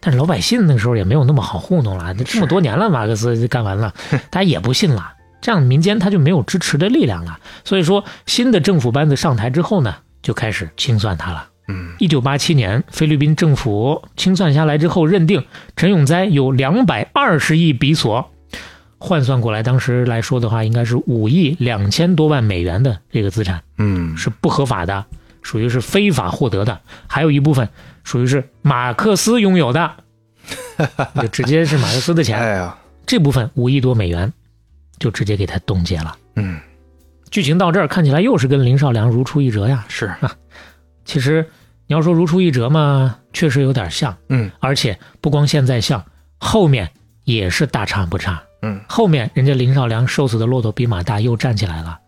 Speaker 2: 但是老百姓那时候也没有那么好糊弄了，这这么多年了，马克思就干完了，大家也不信了，这样民间他就没有支持的力量了。所以说，新的政府班子上台之后呢，就开始清算他了。
Speaker 3: 嗯
Speaker 2: 一九八七年，菲律宾政府清算下来之后，认定陈永栽有两百二十亿比索，换算过来，当时来说的话，应该是五亿两千多万美元的这个资产
Speaker 3: 嗯
Speaker 2: 是不合法的，属于是非法获得的，还有一部分属于是马克思拥有的，就直接是马克思的钱，
Speaker 3: 哎呀，
Speaker 2: 这部分五亿多美元就直接给他冻结了。
Speaker 3: 嗯
Speaker 2: 剧情到这儿看起来又是跟林少良如出一辙呀，
Speaker 3: 是，
Speaker 2: 其实你要说如出一辙嘛，确实有点像，
Speaker 3: 嗯
Speaker 2: 而且不光现在像，后面也是大差不差。
Speaker 3: 嗯，
Speaker 2: 后面人家林少良瘦死的骆驼比马大又站起来了。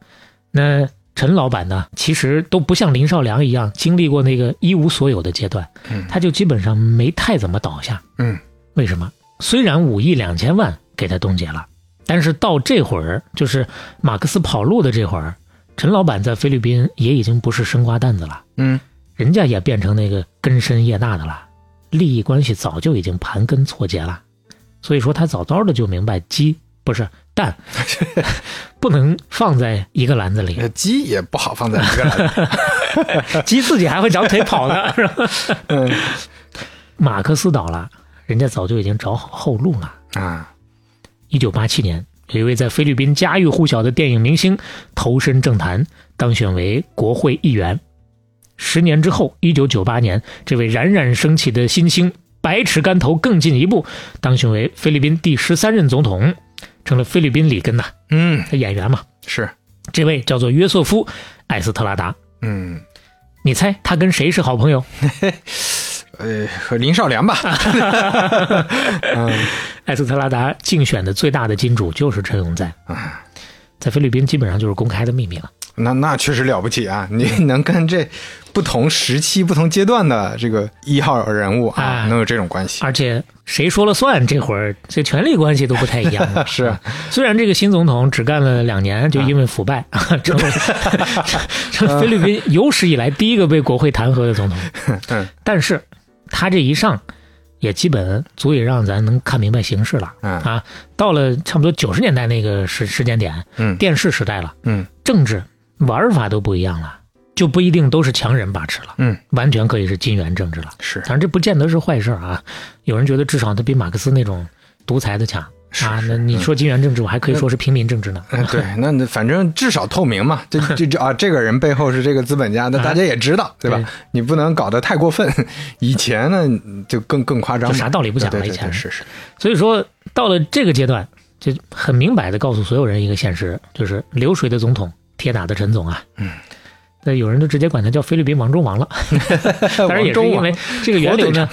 Speaker 2: 那陈老板呢，其实都不像林少良一样经历过那个一无所有的阶段，
Speaker 3: 嗯
Speaker 2: 他就基本上没太怎么倒下。
Speaker 3: 嗯
Speaker 2: 为什么？虽然五亿两千万给他冻结了，但是到这会儿，就是马克思跑路的这会儿，陈老板在菲律宾也已经不是生瓜蛋子了。
Speaker 3: 嗯
Speaker 2: 人家也变成那个根深叶大的了，利益关系早就已经盘根错节了。所以说，他早早的就明白鸡不是蛋，不能放在一个篮子 里，
Speaker 3: 呃鸡也不好放在一个篮子，
Speaker 2: 鸡自己还会长腿跑呢。是吧
Speaker 3: 嗯
Speaker 2: 马克思倒了，人家早就已经找好后路了。
Speaker 3: 啊，
Speaker 2: 一九八七年，有一位在菲律宾家喻户晓的电影明星投身政坛，当选为国会议员。十年之后，一九九八年，这位冉冉升起的新星百尺竿头更进一步，当选为菲律宾第十三任总统，成了菲律宾里根呐、
Speaker 3: 嗯
Speaker 2: 他演员嘛。
Speaker 3: 是，
Speaker 2: 这位叫做约瑟夫·艾斯特拉达，
Speaker 3: 嗯
Speaker 2: 你猜他跟谁是好朋友？
Speaker 3: 呃和林少良吧，
Speaker 2: 艾斯特拉达竞选的最大的金主就是陈永在，
Speaker 3: 啊
Speaker 2: 在菲律宾基本上就是公开的秘密了。
Speaker 3: 那那确实了不起啊！你能跟这不同时期、不同阶段的这个一号人物啊，
Speaker 2: 哎
Speaker 3: 能有这种关系，
Speaker 2: 而且谁说了算？这会儿这权力关系都不太一样了。 啊
Speaker 3: 是
Speaker 2: 虽然这个新总统只干了两年，就因为腐败，
Speaker 3: 啊
Speaker 2: 啊成为 成为菲律宾有史以来第一个被国会弹劾的总 统。
Speaker 3: 嗯
Speaker 2: 但是他这一上，也基本足以让咱能看明白形势了。
Speaker 3: 嗯
Speaker 2: 啊，到了差不多九十年代那个时时间点，
Speaker 3: 嗯
Speaker 2: 电视时代了，
Speaker 3: 嗯
Speaker 2: 政治玩法都不一样了，就不一定都是强人把持了，
Speaker 3: 嗯，
Speaker 2: 完全可以是金元政治了。
Speaker 3: 是
Speaker 2: 当然这不见得是坏事儿啊。有人觉得至少他比马克思那种独裁的强
Speaker 3: 是
Speaker 2: 啊。那你说金元政治，我还可以说是平民政治呢。
Speaker 3: 嗯，对，那那反正至少透明嘛，这这这啊，这个人背后是这个资本家，那大家也知道，对吧
Speaker 2: 对？
Speaker 3: 你不能搞得太过分。以前呢，就更更夸张嘛，
Speaker 2: 就啥道理不讲了
Speaker 3: 对对
Speaker 2: 以
Speaker 3: 对
Speaker 2: 前
Speaker 3: 是是，
Speaker 2: 所以说到了这个阶段，就很明白的告诉所有人一个现实，就是流水的总统，铁打的陈总啊。嗯。那有人就直接管他叫菲律宾王中王了，
Speaker 3: 呃
Speaker 2: 当然也是
Speaker 3: 啊
Speaker 2: 因为这个源流呢，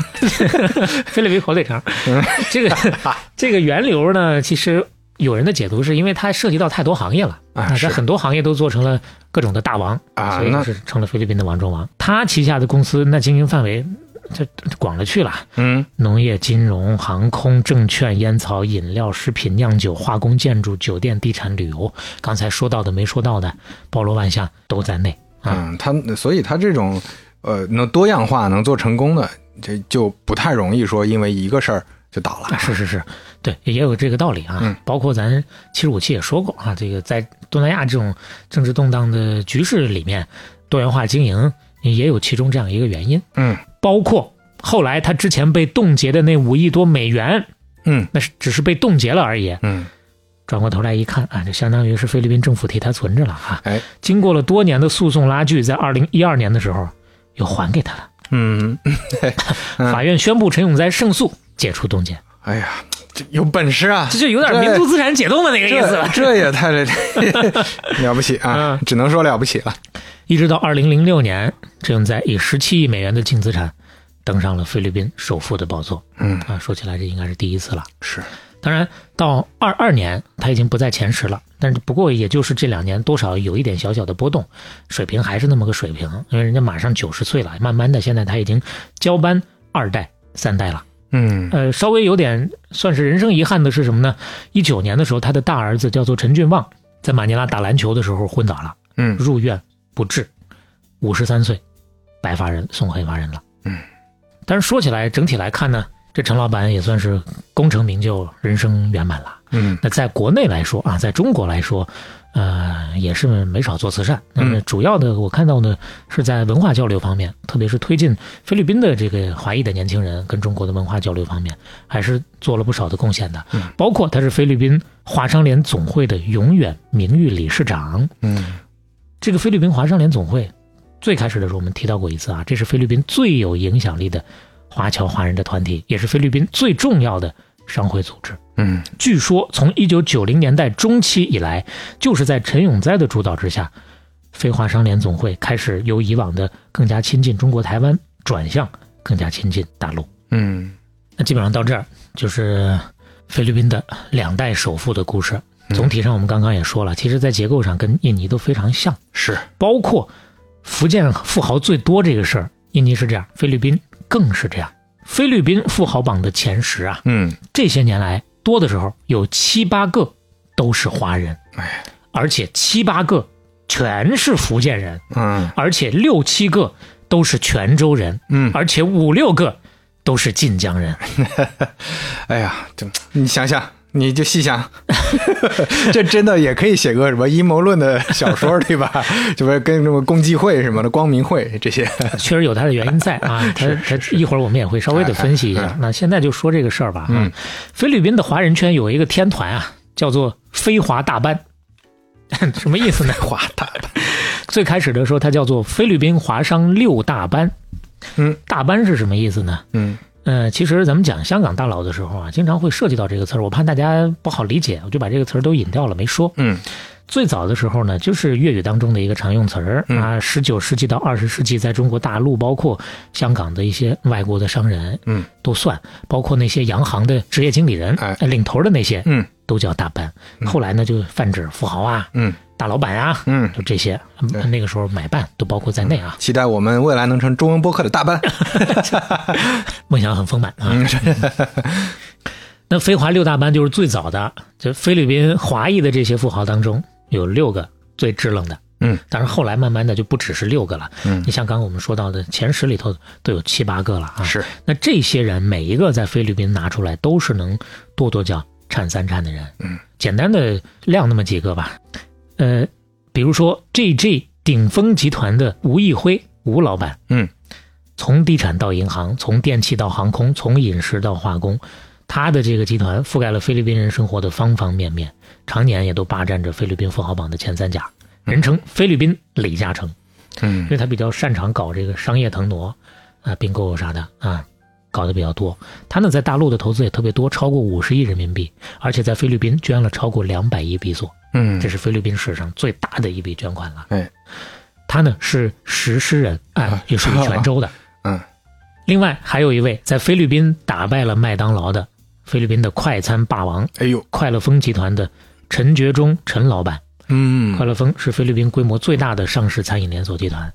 Speaker 2: 菲律宾火腿肠，
Speaker 3: 嗯
Speaker 2: 这 个
Speaker 3: 啊
Speaker 2: 这个源流呢，其实有人的解读是因为它涉及到太多行业了，
Speaker 3: 啊
Speaker 2: 它
Speaker 3: 是
Speaker 2: 很多行业都做成了各种的大王，
Speaker 3: 啊
Speaker 2: 所以
Speaker 3: 那
Speaker 2: 是成了菲律宾的王中王。他旗下的公司那经营范围这广了去了，
Speaker 3: 嗯
Speaker 2: 农业、金融、航空、证券、烟草、饮料、食品、酿酒、化工、建筑、酒店、地产、旅游，刚才说到的没说到的，包罗万象都在内啊。
Speaker 3: 嗯，它所以它这种呃能多样化能做成功的，这就不太容易说因为一个事儿就倒了。
Speaker 2: 啊是是是，对，也有这个道理啊。
Speaker 3: 嗯
Speaker 2: 包括咱七十五期也说过啊，这个在东南亚这种政治动荡的局势里面，多元化经营也有其中这样一个原因，
Speaker 3: 嗯
Speaker 2: 包括后来他之前被冻结的那五亿多美元，
Speaker 3: 嗯
Speaker 2: 那是只是被冻结了而已。
Speaker 3: 嗯，
Speaker 2: 转过头来一看啊，这相当于是菲律宾政府替他存着了啊。
Speaker 3: 哎，
Speaker 2: 经过了多年的诉讼拉锯，在二零一二年的时候又还给他了。
Speaker 3: 嗯，嗯
Speaker 2: 法院宣布陈永栽胜诉，解除冻结，
Speaker 3: 哎呀，这有本事啊！
Speaker 2: 这就有点民族资产解冻的那个意思
Speaker 3: 这
Speaker 2: 了。
Speaker 3: 这也太 了不起啊！
Speaker 2: 嗯
Speaker 3: 只能说了不起了。
Speaker 2: 一直到二零零六年，陈永栽以十七亿美元的净资产登上了菲律宾首富的宝座。
Speaker 3: 嗯，
Speaker 2: 啊，说起来这应该是第一次了。
Speaker 3: 是，
Speaker 2: 当然，到二二年他已经不在前十了，但是不过也就是这两年多少有一点小小的波动，水平还是那么个水平，因为人家马上九十岁了，慢慢的现在他已经交班二代、三代了。
Speaker 3: 嗯
Speaker 2: 呃，稍微有点算是人生遗憾的是什么呢？一九年的时候，他的大儿子叫做陈俊旺，在马尼拉打篮球的时候昏倒了，
Speaker 3: 嗯
Speaker 2: 入院不治，五十三岁，白发人送黑发人了。
Speaker 3: 嗯，
Speaker 2: 但是说起来，整体来看呢，这陈老板也算是功成名就，人生圆满了。
Speaker 3: 嗯
Speaker 2: 那在国内来说啊，在中国来说，呃，也是没少做慈善。那么
Speaker 3: 嗯
Speaker 2: 主要的我看到呢，是在文化交流方面，特别是推进菲律宾的这个华裔的年轻人跟中国的文化交流方面，还是做了不少的贡献
Speaker 3: 嗯
Speaker 2: 的。包括他是菲律宾华商联总会的永远名誉理事长。
Speaker 3: 嗯
Speaker 2: 这个菲律宾华商联总会最开始的时候我们提到过一次啊，这是菲律宾最有影响力的华侨华人的团体，也是菲律宾最重要的商会组织。
Speaker 3: 嗯
Speaker 2: 据说从一九九零年代中期以来，就是在陈永栽的主导之下，非华商联总会开始由以往的更加亲近中国台湾，转向更加亲近大陆。
Speaker 3: 嗯
Speaker 2: 那基本上到这儿就是菲律宾的两代首富的故事。总体上，我们刚刚也说了，其实在结构上跟印尼都非常像，
Speaker 3: 是，
Speaker 2: 包括福建富豪最多这个事儿，印尼是这样，菲律宾更是这样。菲律宾富豪榜的前十啊，
Speaker 3: 嗯
Speaker 2: 这些年来多的时候有七八个都是华人，
Speaker 3: 哎
Speaker 2: 而且七八个全是福建人，
Speaker 3: 嗯
Speaker 2: 而且六七个都是泉州人，
Speaker 3: 嗯，
Speaker 2: 而且五六个都是晋江人。
Speaker 3: 哎呀，这你想想。你就细想，这真的也可以写个什么阴谋论的小说，对吧？ 就是跟什么共济会什么的、光明会这些。
Speaker 2: 确实有它的原因在 啊。它它一会儿我们也会稍微的分析一
Speaker 3: 哎哎
Speaker 2: 下
Speaker 3: 哎。
Speaker 2: 那现在就说这个事儿吧。啊
Speaker 3: 嗯，
Speaker 2: 菲律宾的华人圈有一个天团啊，叫做“非华大班”， 什么意思呢？
Speaker 3: 哇，大
Speaker 2: 最开始的时候，它叫做菲律宾华商六大班。
Speaker 3: 嗯，
Speaker 2: 大班是什么意思呢？
Speaker 3: 嗯
Speaker 2: 呃，其实咱们讲香港大佬的时候啊，经常会涉及到这个词儿，我怕大家不好理解，我就把这个词儿都引掉了，没说。
Speaker 3: 嗯
Speaker 2: 最早的时候呢，就是粤语当中的一个常用词儿
Speaker 3: 嗯
Speaker 2: 啊。十九世纪到二十世纪，在中国大陆，包括香港的一些外国的商人，
Speaker 3: 嗯，
Speaker 2: 都算，包括那些洋行的职业经理人，呃
Speaker 3: 哎
Speaker 2: 领头的那些，
Speaker 3: 嗯
Speaker 2: 都叫大班。后来呢，就泛指富豪啊、
Speaker 3: 嗯
Speaker 2: 大老板啊，
Speaker 3: 嗯，
Speaker 2: 就这些。嗯那个时候买办都包括在内啊，
Speaker 3: 期待我们未来能成中文播客的大班。
Speaker 2: 梦想很丰满啊。
Speaker 3: 嗯
Speaker 2: 那非华六大班就是最早的，这菲律宾华裔的这些富豪当中，有六个最支棱的。
Speaker 3: 嗯，
Speaker 2: 当然后来慢慢的就不只是六个了。
Speaker 3: 嗯
Speaker 2: 你像刚刚我们说到的前十里头都有七八个了啊。
Speaker 3: 是，
Speaker 2: 那这些人每一个在菲律宾拿出来都是能跺跺脚、颤三颤的人。
Speaker 3: 嗯，
Speaker 2: 简单的亮那么几个吧。呃，比如说 JJ 鼎丰集团的吴义辉吴老板，
Speaker 3: 嗯
Speaker 2: 从地产到银行，从电器到航空，从饮食到化工，他的这个集团覆盖了菲律宾人生活的方方面面，常年也都霸占着菲律宾富豪榜的前三甲，人称菲律宾李嘉诚，因
Speaker 3: 嗯
Speaker 2: 为他比较擅长搞这个商业腾挪，啊，并购啥的啊，搞得比较多。他呢在大陆的投资也特别多，超过五十亿人民币，而且在菲律宾捐了超过两百亿比索，
Speaker 3: 嗯
Speaker 2: 这是菲律宾史上最大的一笔捐款了。
Speaker 3: 哎，
Speaker 2: 他呢是石狮人，哎
Speaker 3: 啊，
Speaker 2: 也属于泉州的。
Speaker 3: 嗯
Speaker 2: 另外还有一位在菲律宾打败了麦当劳的菲律宾的快餐霸王
Speaker 3: 哎呦，
Speaker 2: 快乐风集团的陈觉忠陈老板。
Speaker 3: 嗯
Speaker 2: 快乐风是菲律宾规模最大的上市餐饮连锁集团，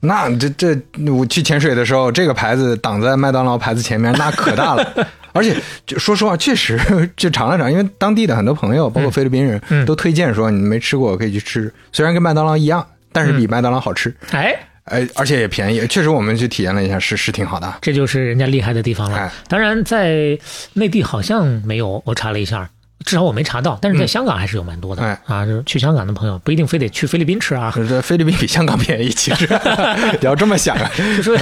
Speaker 3: 那这这我去潜水的时候，这个牌子挡在麦当劳牌子前面，那可大 了。而且就说实话，确实就尝了尝，因为当地的很多朋友，包括菲律宾人、
Speaker 2: 嗯
Speaker 3: 都推荐说，你没吃过可以去吃，虽然跟麦当劳一样，但
Speaker 2: 嗯
Speaker 3: 是比麦当劳好吃，
Speaker 2: 哎，
Speaker 3: 哎，而且也便宜。确实，我们去体验了一下，是是挺好的。
Speaker 2: 这就是人家厉害的地方了。
Speaker 3: 哎
Speaker 2: 当然，在内地好像没有，我查了一下，至少我没查到。但是在香港还是有蛮多的、
Speaker 3: 嗯哎
Speaker 2: 啊，就是去香港的朋友不一定非得去菲律宾吃啊，
Speaker 3: 可是菲律宾比香港便宜，其实你要这么想啊，
Speaker 2: 就 说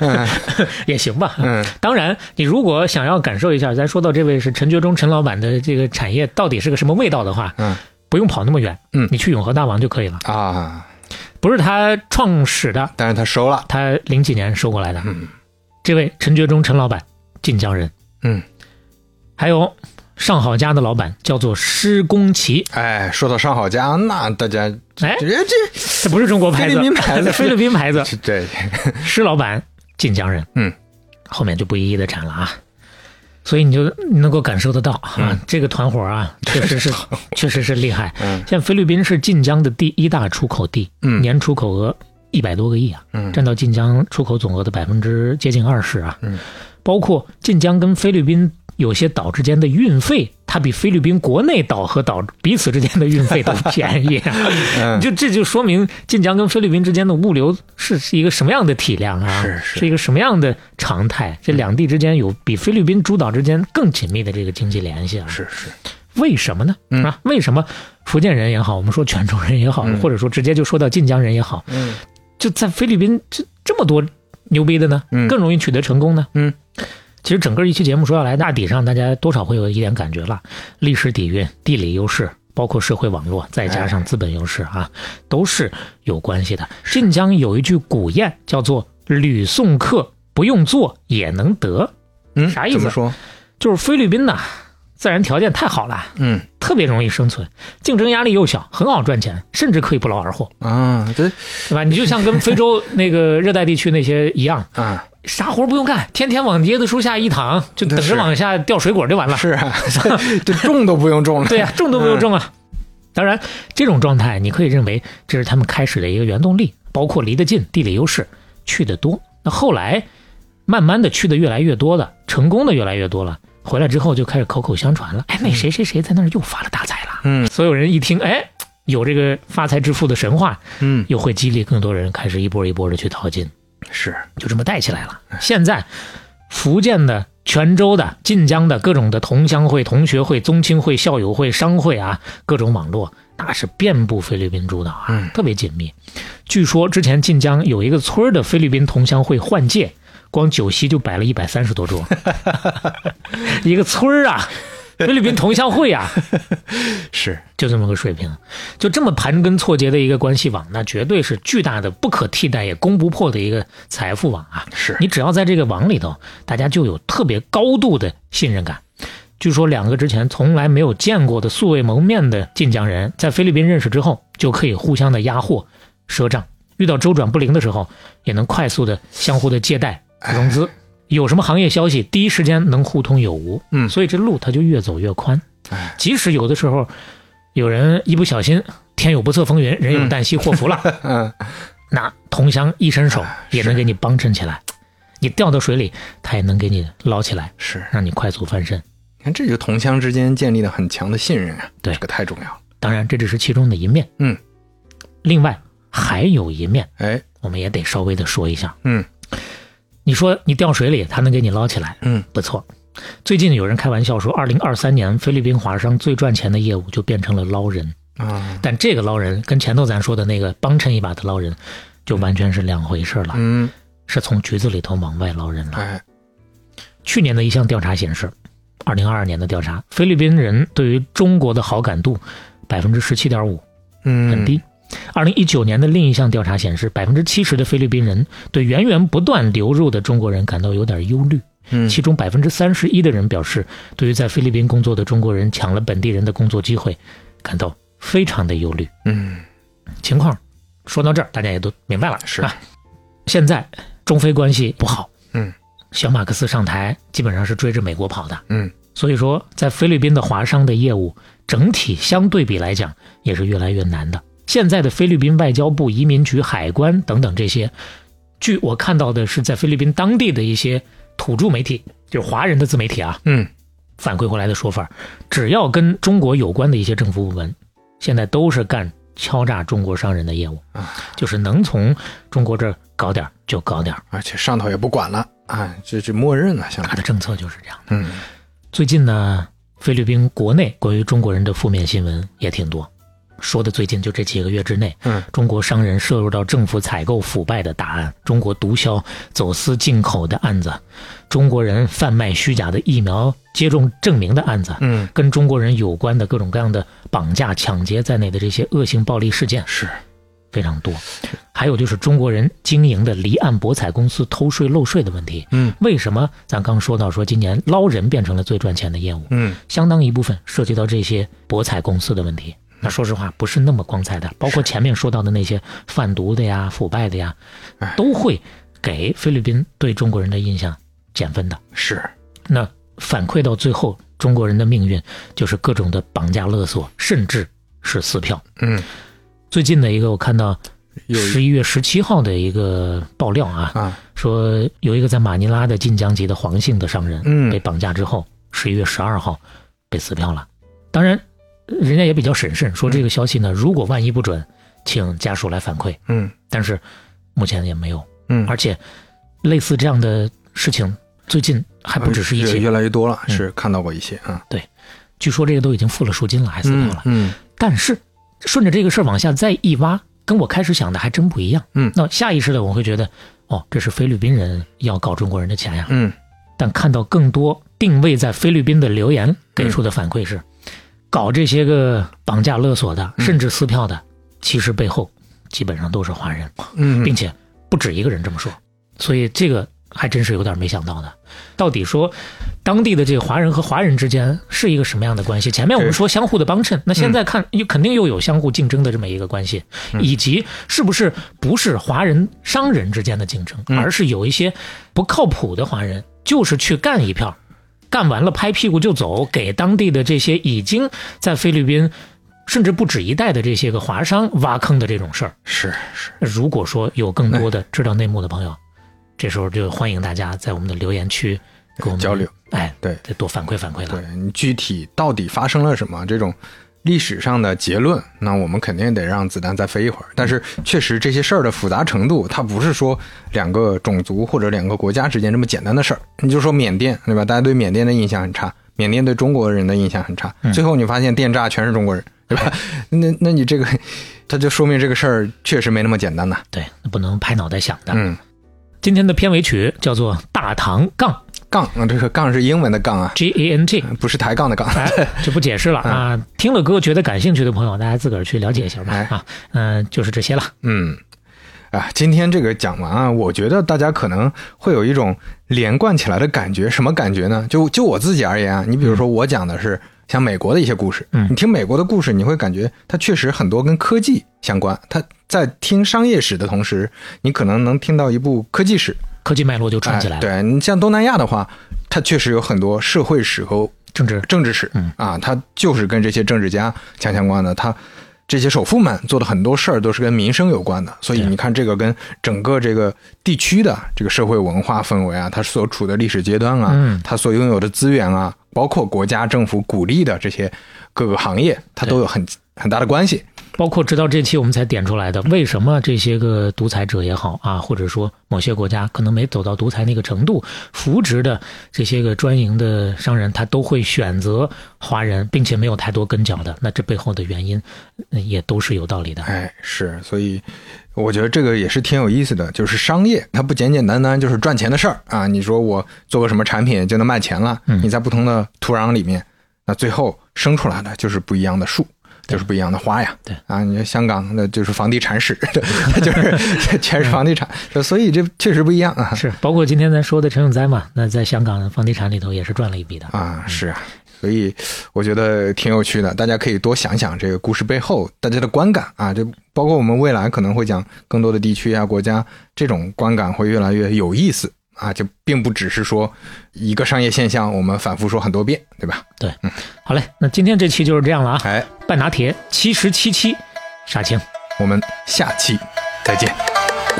Speaker 3: 哎
Speaker 2: 也行吧。
Speaker 3: 嗯，
Speaker 2: 当然，你如果想要感受一下，咱说到这位是陈觉忠陈老板的这个产业到底是个什么味道的话，
Speaker 3: 嗯，
Speaker 2: 不用跑那么远，
Speaker 3: 嗯
Speaker 2: 你去永和大王就可以了。
Speaker 3: 啊，
Speaker 2: 不是他创始的，
Speaker 3: 但是他收了，
Speaker 2: 他零几年收过来的。
Speaker 3: 嗯
Speaker 2: 这位陈觉忠陈老板，晋江人，
Speaker 3: 嗯，
Speaker 2: 还有上好佳的老板叫做施公奇，
Speaker 3: 哎，说到上好佳，那大家
Speaker 2: 哎，
Speaker 3: 这这
Speaker 2: 这不是中国牌子，
Speaker 3: 菲律宾牌 子
Speaker 2: 菲律宾牌子，
Speaker 3: 这 对，
Speaker 2: 施老板晋江人，
Speaker 3: 嗯，
Speaker 2: 后面就不一一的展了啊。所以你就能够感受得到啊，这个团伙 啊，确实是，确实是厉害。
Speaker 3: 嗯
Speaker 2: 现在菲律宾是晋江的第一大出口地，
Speaker 3: 嗯
Speaker 2: 年出口额一百多个亿啊，
Speaker 3: 嗯
Speaker 2: 占到晋江出口总额的百分之接近二十啊。
Speaker 3: 嗯，
Speaker 2: 包括晋江跟菲律宾有些岛之间的运费，它比菲律宾国内岛和岛彼此之间的运费都便宜、 啊。
Speaker 3: 嗯，
Speaker 2: 就这就说明晋江跟菲律宾之间的物流是是一个什么样的体量啊？
Speaker 3: 是嗯是
Speaker 2: 一个什么样的常态？这两地之间有比菲律宾诸岛之间更紧密的这个经济联系啊？
Speaker 3: 是是，
Speaker 2: 为什么呢？
Speaker 3: 嗯
Speaker 2: 啊，为什么福建人也好，我们说泉州人也好，
Speaker 3: 嗯
Speaker 2: 或者说直接就说到晋江人也好，
Speaker 3: 嗯
Speaker 2: 就在菲律宾这这么多牛逼的呢，
Speaker 3: 嗯
Speaker 2: 更容易取得成功呢？
Speaker 3: 嗯，
Speaker 2: 其实整个一期节目说下来，大体上大家多少会有一点感觉了，历史底蕴、地理优势。包括社会网络，再加上资本优势啊，都是有关系的。晋江有一句古谚叫做“吕宋客不用做也能得
Speaker 3: 嗯，
Speaker 2: 啥意思
Speaker 3: 怎么说？”，
Speaker 2: 就是菲律宾呐，自然条件太好了，
Speaker 3: 嗯
Speaker 2: 特别容易生存，竞争压力又小，很好赚钱，甚至可以不劳而获，
Speaker 3: 啊，这
Speaker 2: 对吧？你就像跟非洲那个热带地区那些一样，
Speaker 3: 啊
Speaker 2: 啥活儿不用干，天天往椰子树下一躺，就等
Speaker 3: 是
Speaker 2: 着往下掉水果就完了。
Speaker 3: 是嗯啊， 这这种都不用种了，
Speaker 2: 对呀、种都不用种啊。当然，这种状态你可以认为这是他们开始的一个原动力，包括离得近、地理优势、去得多。那后来慢慢的去的越来越多了，成功的越来越多了，回来之后就开始口口相传了。哎，那谁谁谁在那儿又发了大财了。
Speaker 3: 嗯
Speaker 2: 所有人一听，哎，有这个发财致富的神话，
Speaker 3: 嗯
Speaker 2: 又会激励更多人开始一波一波的去淘金，
Speaker 3: 是，
Speaker 2: 就这么带起来了。现在，福建的、泉州的、晋江的各种的同乡会、同学会、宗亲会、校友会、商会啊，各种网络，那是遍布菲律宾诸岛
Speaker 3: 嗯
Speaker 2: 啊，特别紧密。据说之前晋江有一个村儿的菲律宾同乡会换届，光酒席就摆了一百三十多桌，一个村儿啊，菲律宾同乡会啊。
Speaker 3: 是，
Speaker 2: 就这么个水平，就这么盘根错节的一个关系网，那绝对是巨大的、不可替代也攻不破的一个财富网啊！
Speaker 3: 是
Speaker 2: 你只要在这个网里头，大家就有特别高度的信任感。据说两个之前从来没有见过的素未谋面的晋江人，在菲律宾认识之后，就可以互相的压货、赊账，遇到周转不灵的时候，也能快速的相互的借贷、融资。
Speaker 3: 哎
Speaker 2: 有什么行业消息，第一时间能互通有无。
Speaker 3: 嗯
Speaker 2: 所以这路它就越走越宽
Speaker 3: 哎。
Speaker 2: 即使有的时候有人一不小心，天有不测风云，人有旦夕祸福 了，
Speaker 3: 嗯
Speaker 2: 那同乡一伸手
Speaker 3: 啊
Speaker 2: 也能给你帮衬起来。你掉到水里，他也能给你捞起来，
Speaker 3: 是，
Speaker 2: 让你快速翻身。
Speaker 3: 你看这就同乡之间建立了很强的信任啊，
Speaker 2: 对
Speaker 3: 这个太重要了，
Speaker 2: 当然，这只是其中的一面。
Speaker 3: 嗯，
Speaker 2: 另外还有一面，
Speaker 3: 哎，
Speaker 2: 我们也得稍微的说一下。
Speaker 3: 嗯
Speaker 2: 你说你掉水里，他能给你捞起来，
Speaker 3: 嗯，
Speaker 2: 不错。最近有人开玩笑说，二零二三年菲律宾华商最赚钱的业务就变成了捞人，
Speaker 3: 啊，
Speaker 2: 但这个捞人跟前头咱说的那个帮衬一把的捞人，就完全是两回事了，
Speaker 3: 嗯，
Speaker 2: 是从局子里头往外捞人了。
Speaker 3: 哎，
Speaker 2: 去年的一项调查显示，二零二二年的调查，菲律宾人对于中国的好感度百分之十七点五，
Speaker 3: 嗯，
Speaker 2: 很低。二零一九年的另一项调查显示，百分之七十的菲律宾人对源源不断流入的中国人感到有点忧虑，
Speaker 3: 嗯，
Speaker 2: 其中百分之三十一的人表示，对于在菲律宾工作的中国人抢了本地人的工作机会，感到非常的忧虑。
Speaker 3: 嗯，
Speaker 2: 情况说到这儿，大家也都明白了，
Speaker 3: 是
Speaker 2: 啊。现在中非关系不好，
Speaker 3: 嗯，
Speaker 2: 小马克思上台基本上是追着美国跑的，
Speaker 3: 嗯，
Speaker 2: 所以说在菲律宾的华商的业务整体相对比来讲也是越来越难的。现在的菲律宾外交部、移民局、海关等等这些，据我看到的是在菲律宾当地的一些土著媒体，就是华人的自媒体啊，
Speaker 3: 嗯，
Speaker 2: 反馈回来的说法，只要跟中国有关的一些政府部门，现在都是干敲诈中国商人的业务
Speaker 3: 啊，
Speaker 2: 就是能从中国这儿搞点儿就搞点儿，
Speaker 3: 而且上头也不管了啊，这这默认了，相
Speaker 2: 他
Speaker 3: 当于
Speaker 2: 的政策就是这样的。
Speaker 3: 嗯
Speaker 2: 最近呢，菲律宾国内关于中国人的负面新闻也挺多，说的最近就这几个月之内，
Speaker 3: 嗯，
Speaker 2: 中国商人涉入到政府采购腐败的大案，中国毒枭走私进口的案子，中国人贩卖虚假的疫苗接种证明的案子，
Speaker 3: 嗯
Speaker 2: 跟中国人有关的各种各样的绑架、抢劫在内的这些恶性暴力事件
Speaker 3: 是
Speaker 2: 非常多，还有就是中国人经营的离岸博彩公司偷税漏税的问题。
Speaker 3: 嗯
Speaker 2: 为什么咱刚说到说今年捞人变成了最赚钱的业务？
Speaker 3: 嗯
Speaker 2: 相当一部分涉及到这些博彩公司的问题。那说实话，不是那么光彩的，包括前面说到的那些贩毒的呀、腐败的呀
Speaker 3: 哎，
Speaker 2: 都会给菲律宾对中国人的印象减分的。
Speaker 3: 是嗯
Speaker 2: 那反馈到最后，中国人的命运就是各种的绑架勒索，甚至是撕票。
Speaker 3: 嗯
Speaker 2: 最近的一个，我看到
Speaker 3: 有
Speaker 2: 十一月十七号的一个爆料啊，
Speaker 3: 啊
Speaker 2: 说有一个在马尼拉的晋江籍的黄姓的商人，
Speaker 3: 嗯
Speaker 2: 被绑架之后，十一月十二号被撕票了。当然，人家也比较审慎，说这个消息呢，如果万一不准，请家属来反馈。
Speaker 3: 嗯
Speaker 2: 但是目前也没有，
Speaker 3: 嗯，
Speaker 2: 而且类似这样的事情，最近还啊不只是一
Speaker 3: 越
Speaker 2: 起
Speaker 3: 越，来越多了，
Speaker 2: 嗯
Speaker 3: 是看到过一些啊，
Speaker 2: 据说这个都已经付了赎金了，还撕票
Speaker 3: 嗯
Speaker 2: 了。
Speaker 3: 嗯
Speaker 2: 但是顺着这个事儿往下再一挖，跟我开始想的还真不一样。
Speaker 3: 嗯
Speaker 2: 那下意识的我会觉得，哦，这是菲律宾人要搞中国人的钱呀。
Speaker 3: 嗯
Speaker 2: 但看到更多定位在菲律宾的留言给出的反馈是，搞这些个绑架勒索的，
Speaker 3: 嗯
Speaker 2: 甚至撕票的，其实背后基本上都是华人，
Speaker 3: 嗯，
Speaker 2: 并且不止一个人这么说，所以这个还真是有点没想到的。到底说当地的这个华人和华人之间是一个什么样的关系？前面我们说相互的帮
Speaker 3: 嗯
Speaker 2: 衬，那现在看又肯定又有相互竞争的这么一个关系，
Speaker 3: 嗯
Speaker 2: 以及是不是不是华人商人之间的竞争，
Speaker 3: 嗯
Speaker 2: 而是有一些不靠谱的华人就是去干一票，干完了拍屁股就走，给当地的这些已经在菲律宾。甚至不止一代的这些个华商挖坑的这种事儿，
Speaker 3: 是是，
Speaker 2: 如果说有更多
Speaker 3: 哎
Speaker 2: 的知道内幕的朋友，这时候就欢迎大家在我们的留言区跟我们
Speaker 3: 交流。
Speaker 2: 哎，
Speaker 3: 对
Speaker 2: 再多反馈反馈了。
Speaker 3: 对你具体到底发生了什么这种历史上的结论，那我们肯定得让子弹再飞一会儿。但是确实这些事儿的复杂程度，它不是说两个种族或者两个国家之间这么简单的事儿。你就说缅甸对吧？大家对缅甸的印象很差，缅甸对中国人的印象很差，最后你发现电诈全是中国人，对吧？那那你这个，它就说明这个事儿确实没那么简单呐。
Speaker 2: 对，不能拍脑袋想的。
Speaker 3: 嗯，
Speaker 2: 今天的片尾曲叫做《大唐杠
Speaker 3: 杠，这个杠是英文的杠啊，
Speaker 2: G A N G》，
Speaker 3: 不是抬杠的杠。
Speaker 2: 哎，这不解释了
Speaker 3: 嗯
Speaker 2: 啊。听了歌觉得感兴趣的朋友，大家自个儿去了解一下吧。
Speaker 3: 哎
Speaker 2: 啊，嗯、就是这些了。
Speaker 3: 嗯，啊，今天这个讲完啊，我觉得大家可能会有一种连贯起来的感觉，什么感觉呢？就就我自己而言啊，你比如说我讲的是像美国的一些故事，
Speaker 2: 嗯
Speaker 3: 你听美国的故事，你会感觉它确实很多跟科技相关。它在听商业史的同时，你可能能听到一部科技史
Speaker 2: 科技脉络就串起来了，
Speaker 3: 哎对你像东南亚的话，它确实有很多社会史和
Speaker 2: 政治
Speaker 3: 政治史
Speaker 2: 嗯
Speaker 3: 啊，他就是跟这些政治家强相关的，他。这些首富们做的很多事儿都是跟民生有关的，所以
Speaker 2: 对
Speaker 3: 你看，这个跟整个这个地区的这个社会文化氛围啊，它所处的历史阶段啊，
Speaker 2: 嗯
Speaker 3: 它所拥有的资源啊，包括国家政府鼓励的这些各个行业，它都有很很大的关系。
Speaker 2: 包括直到这期我们才点出来的，为什么这些个独裁者也好啊，或者说某些国家可能没走到独裁那个程度，扶植的这些个专营的商人，他都会选择华人，并且没有太多跟脚的，那这背后的原因嗯也都是有道 理的。
Speaker 3: 哎，是，所以我觉得这个也是挺有意思的，就是商业它不简简单单就是赚钱的事儿啊。你说我做个什么产品就能卖钱了，
Speaker 2: 嗯
Speaker 3: 你在不同的土壤里面，那最后生出来的就是不一样的树。就是不一样的花呀，
Speaker 2: 对
Speaker 3: 啊，你说香港那就是房地产史，它就是全是房地产，所以这确实不一样啊
Speaker 2: 是，包括今天咱说的陈永栽嘛，那在香港房地产里头也是赚了一笔的。
Speaker 3: 啊，是啊，所以我觉得挺有趣的，大家可以多想想这个故事背后大家的观感啊，这包括我们未来可能会讲更多的地区啊、国家，这种观感会越来越有意思啊，就并不只是说一个商业现象，我们反复说很多遍，对吧？
Speaker 2: 好嘞，那今天这期就是这样了啊，
Speaker 3: 哎，
Speaker 2: 半拿铁七十七期杀青。
Speaker 3: 我们下期再见。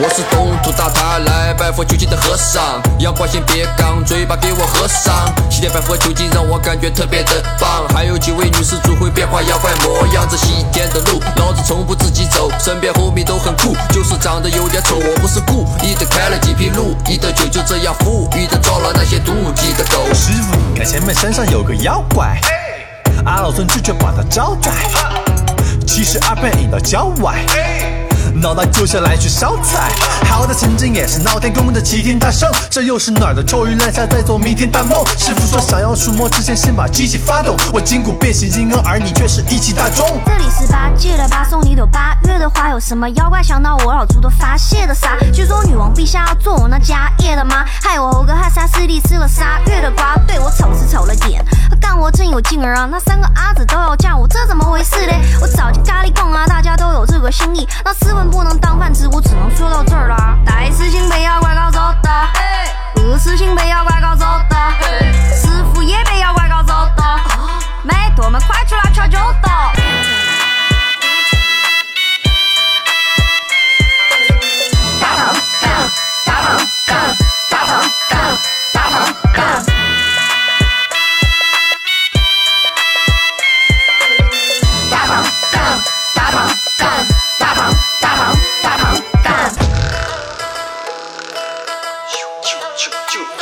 Speaker 4: 我是东土大达来拜佛求经的和尚，阳光先别刚，嘴巴给我合上。西天拜佛求经让我感觉特别的棒，还有几位女施主会变化妖怪模样。这西天的路，老子从不自己走，身边 homie 都很酷，就是长得有点丑。我不是故意的，开了几瓶路，一的酒就这样富裕的造了那些妒忌的狗。
Speaker 5: 师傅，你看前面山上有个妖怪，阿老孙拒绝把他招待，七十二变引到郊外，脑袋救下来去烧菜。好的曾经也是闹天宫的齐天大圣，这又是哪儿的臭鱼烂虾在做弥天大梦？师傅说想要触摸之前先把机器发动，我筋骨变形金刚，而你却是一骑大众。
Speaker 6: 这里是八戒的八，送你朵八月的花。有什么妖怪想到我老猪都发泄的撒。据说女王陛下要做我那家业的妈，害我猴哥哈萨斯利吃了仨月的瓜，对我丑是丑了点，干活真有劲儿啊！那三个阿子都要嫁我，这怎么回事嘞？我早就咖喱贡啊，大家都有这个心意，那斯文不能当饭吃，我只能说到这儿啦。来一次性被妖怪搞走的，五次性被妖怪搞走的，师傅也被妖怪搞走的，妹，我们快出来吃酒的。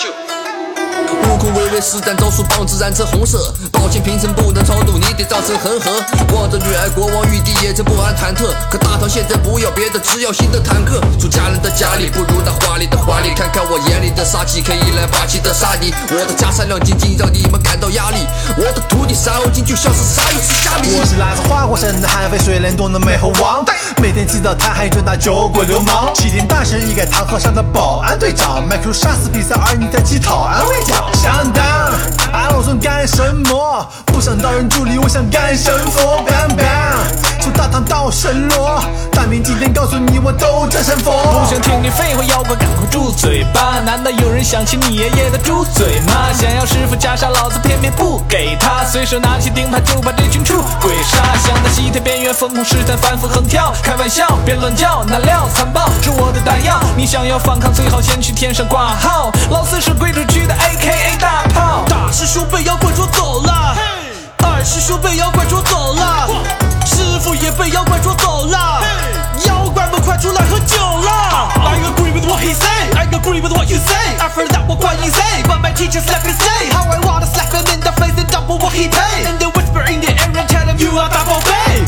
Speaker 4: 悟空微微施展招数，棒子染成红色。宝剑平生不能超度，你得造成恒河。望着女儿国王玉帝也曾不安忐忑。可大唐现在不要别的，只要新的坦克。住家人的家里不如那华丽的华丽，看看我眼里的杀气，可以来霸气的杀你。我的袈裟亮晶晶，让你们感到压力。我的徒弟沙悟净就像是沙又是虾米。
Speaker 5: 我是来自花果山的悍匪水帘洞的美猴王，每天祈祷他还转打酒鬼流氓。齐天大圣一改唐和尚的保安队长，迈克杀死比赛，而你在乞讨安慰奖。想当俺老孙干什么？不想当人助理，我想干神佛。Bang bang，从大唐到神罗，大明今天告诉你我都战神佛。
Speaker 7: 不想听你废话，妖怪赶快住嘴吧！难道有人想起你爷爷的猪嘴吗？想要师傅袈裟，老子偏偏不给他，随手拿起钉耙就把这群畜鬼杀。想在西天边缘疯狂试探，反复横跳，开玩笑，别乱叫，难料残暴是我的弹药。你想要反抗，最好先去天上挂号。老四是贵族区的 A K A 大炮，大师兄被妖怪捉走了，二师兄被妖怪捉走了，师傅也被妖怪捉走了。妖怪们快出来喝酒啦！I agree with what he say, I agree with what you say. I've heard that what you say, but my teacher slap his say how I wanna slap him in the face and double what he pay, and then whisper in the air and tell him you are double pay.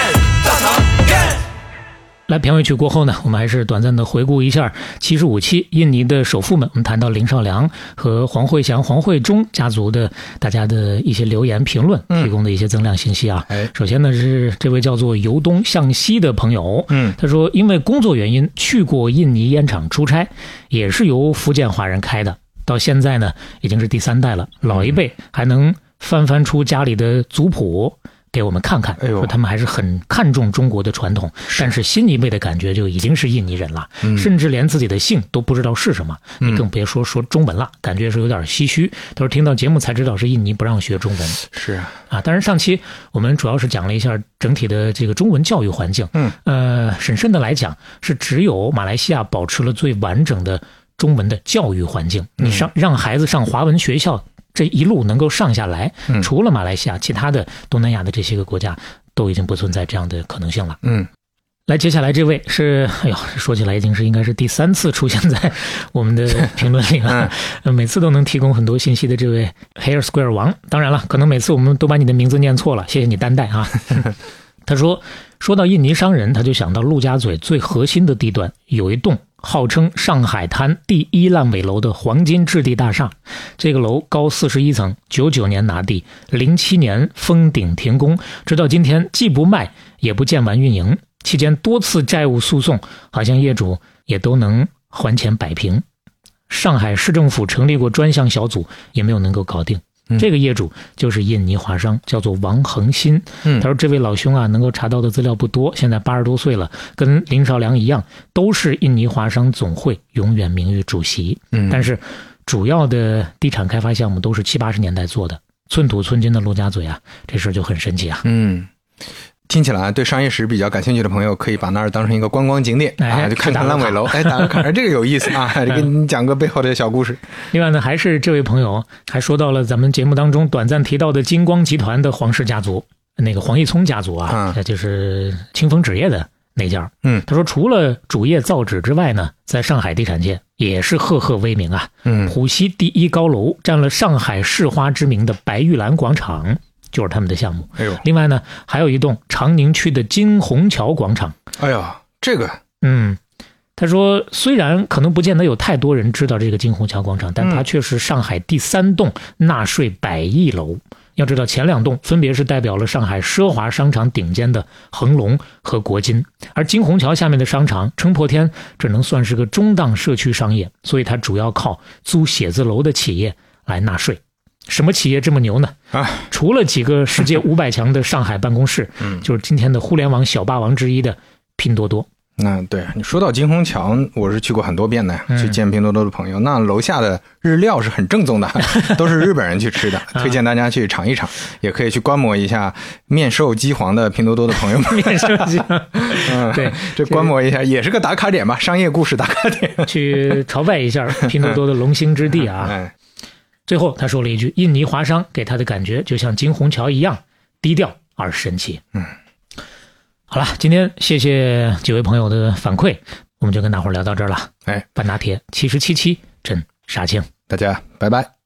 Speaker 4: Yeah!
Speaker 2: 来，片尾曲过后呢，我们还是短暂的回顾一下七十五期印尼的首富们。我们谈到林少良和黄慧祥、黄慧忠家族的大家的一些留言评论，提供的一些增量信息啊。
Speaker 3: 嗯哎
Speaker 2: 首先呢是这位叫做由东向西的朋友，
Speaker 3: 嗯
Speaker 2: 他说因为工作原因去过印尼烟厂出差，也是由福建华人开的，到现在呢已经是第三代了，老一辈还能翻翻出家里的族谱。给我们看看，
Speaker 3: 哎呦
Speaker 2: 说他们还是很看重中国的传统，但是新一辈的感觉就已经是印尼人了，甚至连自己的姓都不知道是什么，你更别说说中文了，感觉是有点唏嘘。都是听到节目才知道是印尼不让学中文
Speaker 3: 是啊，
Speaker 2: 啊。当然，上期我们主要是讲了一下整体的这个中文教育环境，
Speaker 3: 嗯，
Speaker 2: 呃，审慎的来讲，是只有马来西亚保持了最完整的中文的教育环境。你上让孩子上华文学校，这一路能够上下来，除了马来西亚，其他的东南亚的这些个国家都已经不存在这样的可能性了。
Speaker 3: 嗯，
Speaker 2: 来，接下来这位是，哎呦，说起来已经是应该是第三次出现在我们的评论里了，呃每次都能提供很多信息的这位 Hair Square 王，当然了，可能每次我们都把你的名字念错了，谢谢你担待啊。他说，说到印尼商人，他就想到陆家嘴最核心的地段有一栋号称上海滩第一烂尾楼的黄金质地大厦，这个楼高四十一层，九九年拿地，零七年封顶停工，直到今天既不卖也不建完运营。期间多次债务诉讼，好像业主也都能还钱摆平。上海市政府成立过专项小组，也没有能够搞定。
Speaker 3: 嗯
Speaker 2: 这个业主就是印尼华商，叫做王恒新。
Speaker 3: 嗯
Speaker 2: 他说这位老兄啊，能够查到的资料不多，现在八十多岁了，跟林少良一样，都是印尼华商总会永远名誉主席。
Speaker 3: 嗯
Speaker 2: 但是主要的地产开发项目都是七八十年代做的，寸土寸金的陆家嘴啊，这事儿就很神奇啊。
Speaker 3: 嗯，听起来对商业史比较感兴趣的朋友，可以把那儿当成一个观光景点
Speaker 2: 哎
Speaker 3: 啊，就
Speaker 2: 去
Speaker 3: 看看
Speaker 2: 打
Speaker 3: 烂
Speaker 2: 个
Speaker 3: 尾楼，哎，打个卡，哎这个有意思啊，给你讲个背后的小故事。
Speaker 2: 另外呢，还是这位朋友还说到了咱们节目当中短暂提到的金光集团的黄氏家族，那个黄义聪家族啊
Speaker 3: 嗯，
Speaker 2: 那、就是清风纸业的那家儿。
Speaker 3: 嗯
Speaker 2: 他说除了主业造纸之外呢，在上海地产界也是赫赫威名啊。
Speaker 3: 嗯
Speaker 2: 浦西第一高楼占了上海市花之名的白玉兰广场，就是他们的项目。
Speaker 3: 哎呦，
Speaker 2: 另外呢，还有一栋长宁区的金虹桥广场。
Speaker 3: 哎呦，这个
Speaker 2: 嗯，他说虽然可能不见得有太多人知道这个金虹桥广场，但它却是上海第三栋纳税百亿楼。要知道，前两栋分别是代表了上海奢华商场顶尖的恒隆和国金，而金虹桥下面的商场撑破天，只能算是个中档社区商业，所以它主要靠租写字楼的企业来纳税。什么企业这么牛呢？
Speaker 3: 啊，
Speaker 2: 除了几个世界五百强的上海办公室，就是今天的互联网小霸王之一的拼多多。
Speaker 3: 那对你说到金虹桥，我是去过很多遍的
Speaker 2: 嗯
Speaker 3: 呀，去见拼多多的朋友。那楼下的日料是很正宗的， 都是日本人去 吃的，
Speaker 2: 啊
Speaker 3: 推荐大家去尝一尝，也可以去观摩一下面授鸡黄的拼多多的朋友们。
Speaker 2: 面试机，
Speaker 3: 嗯，
Speaker 2: 对，
Speaker 3: 这观摩一下也是个打卡点吧，商业故事打卡点。
Speaker 2: 去朝拜一下拼多多的龙兴之地啊。
Speaker 3: 哎，
Speaker 2: 最后他说了一句：“印尼华商给他的感觉就像金虹桥一样低调而神奇。”
Speaker 3: 嗯，
Speaker 2: 好了，今天谢谢几位朋友的反馈，我们就跟大伙儿聊到这儿了。
Speaker 3: 哎，
Speaker 2: 半拿铁七十七期，真杀青。
Speaker 3: 大家拜拜。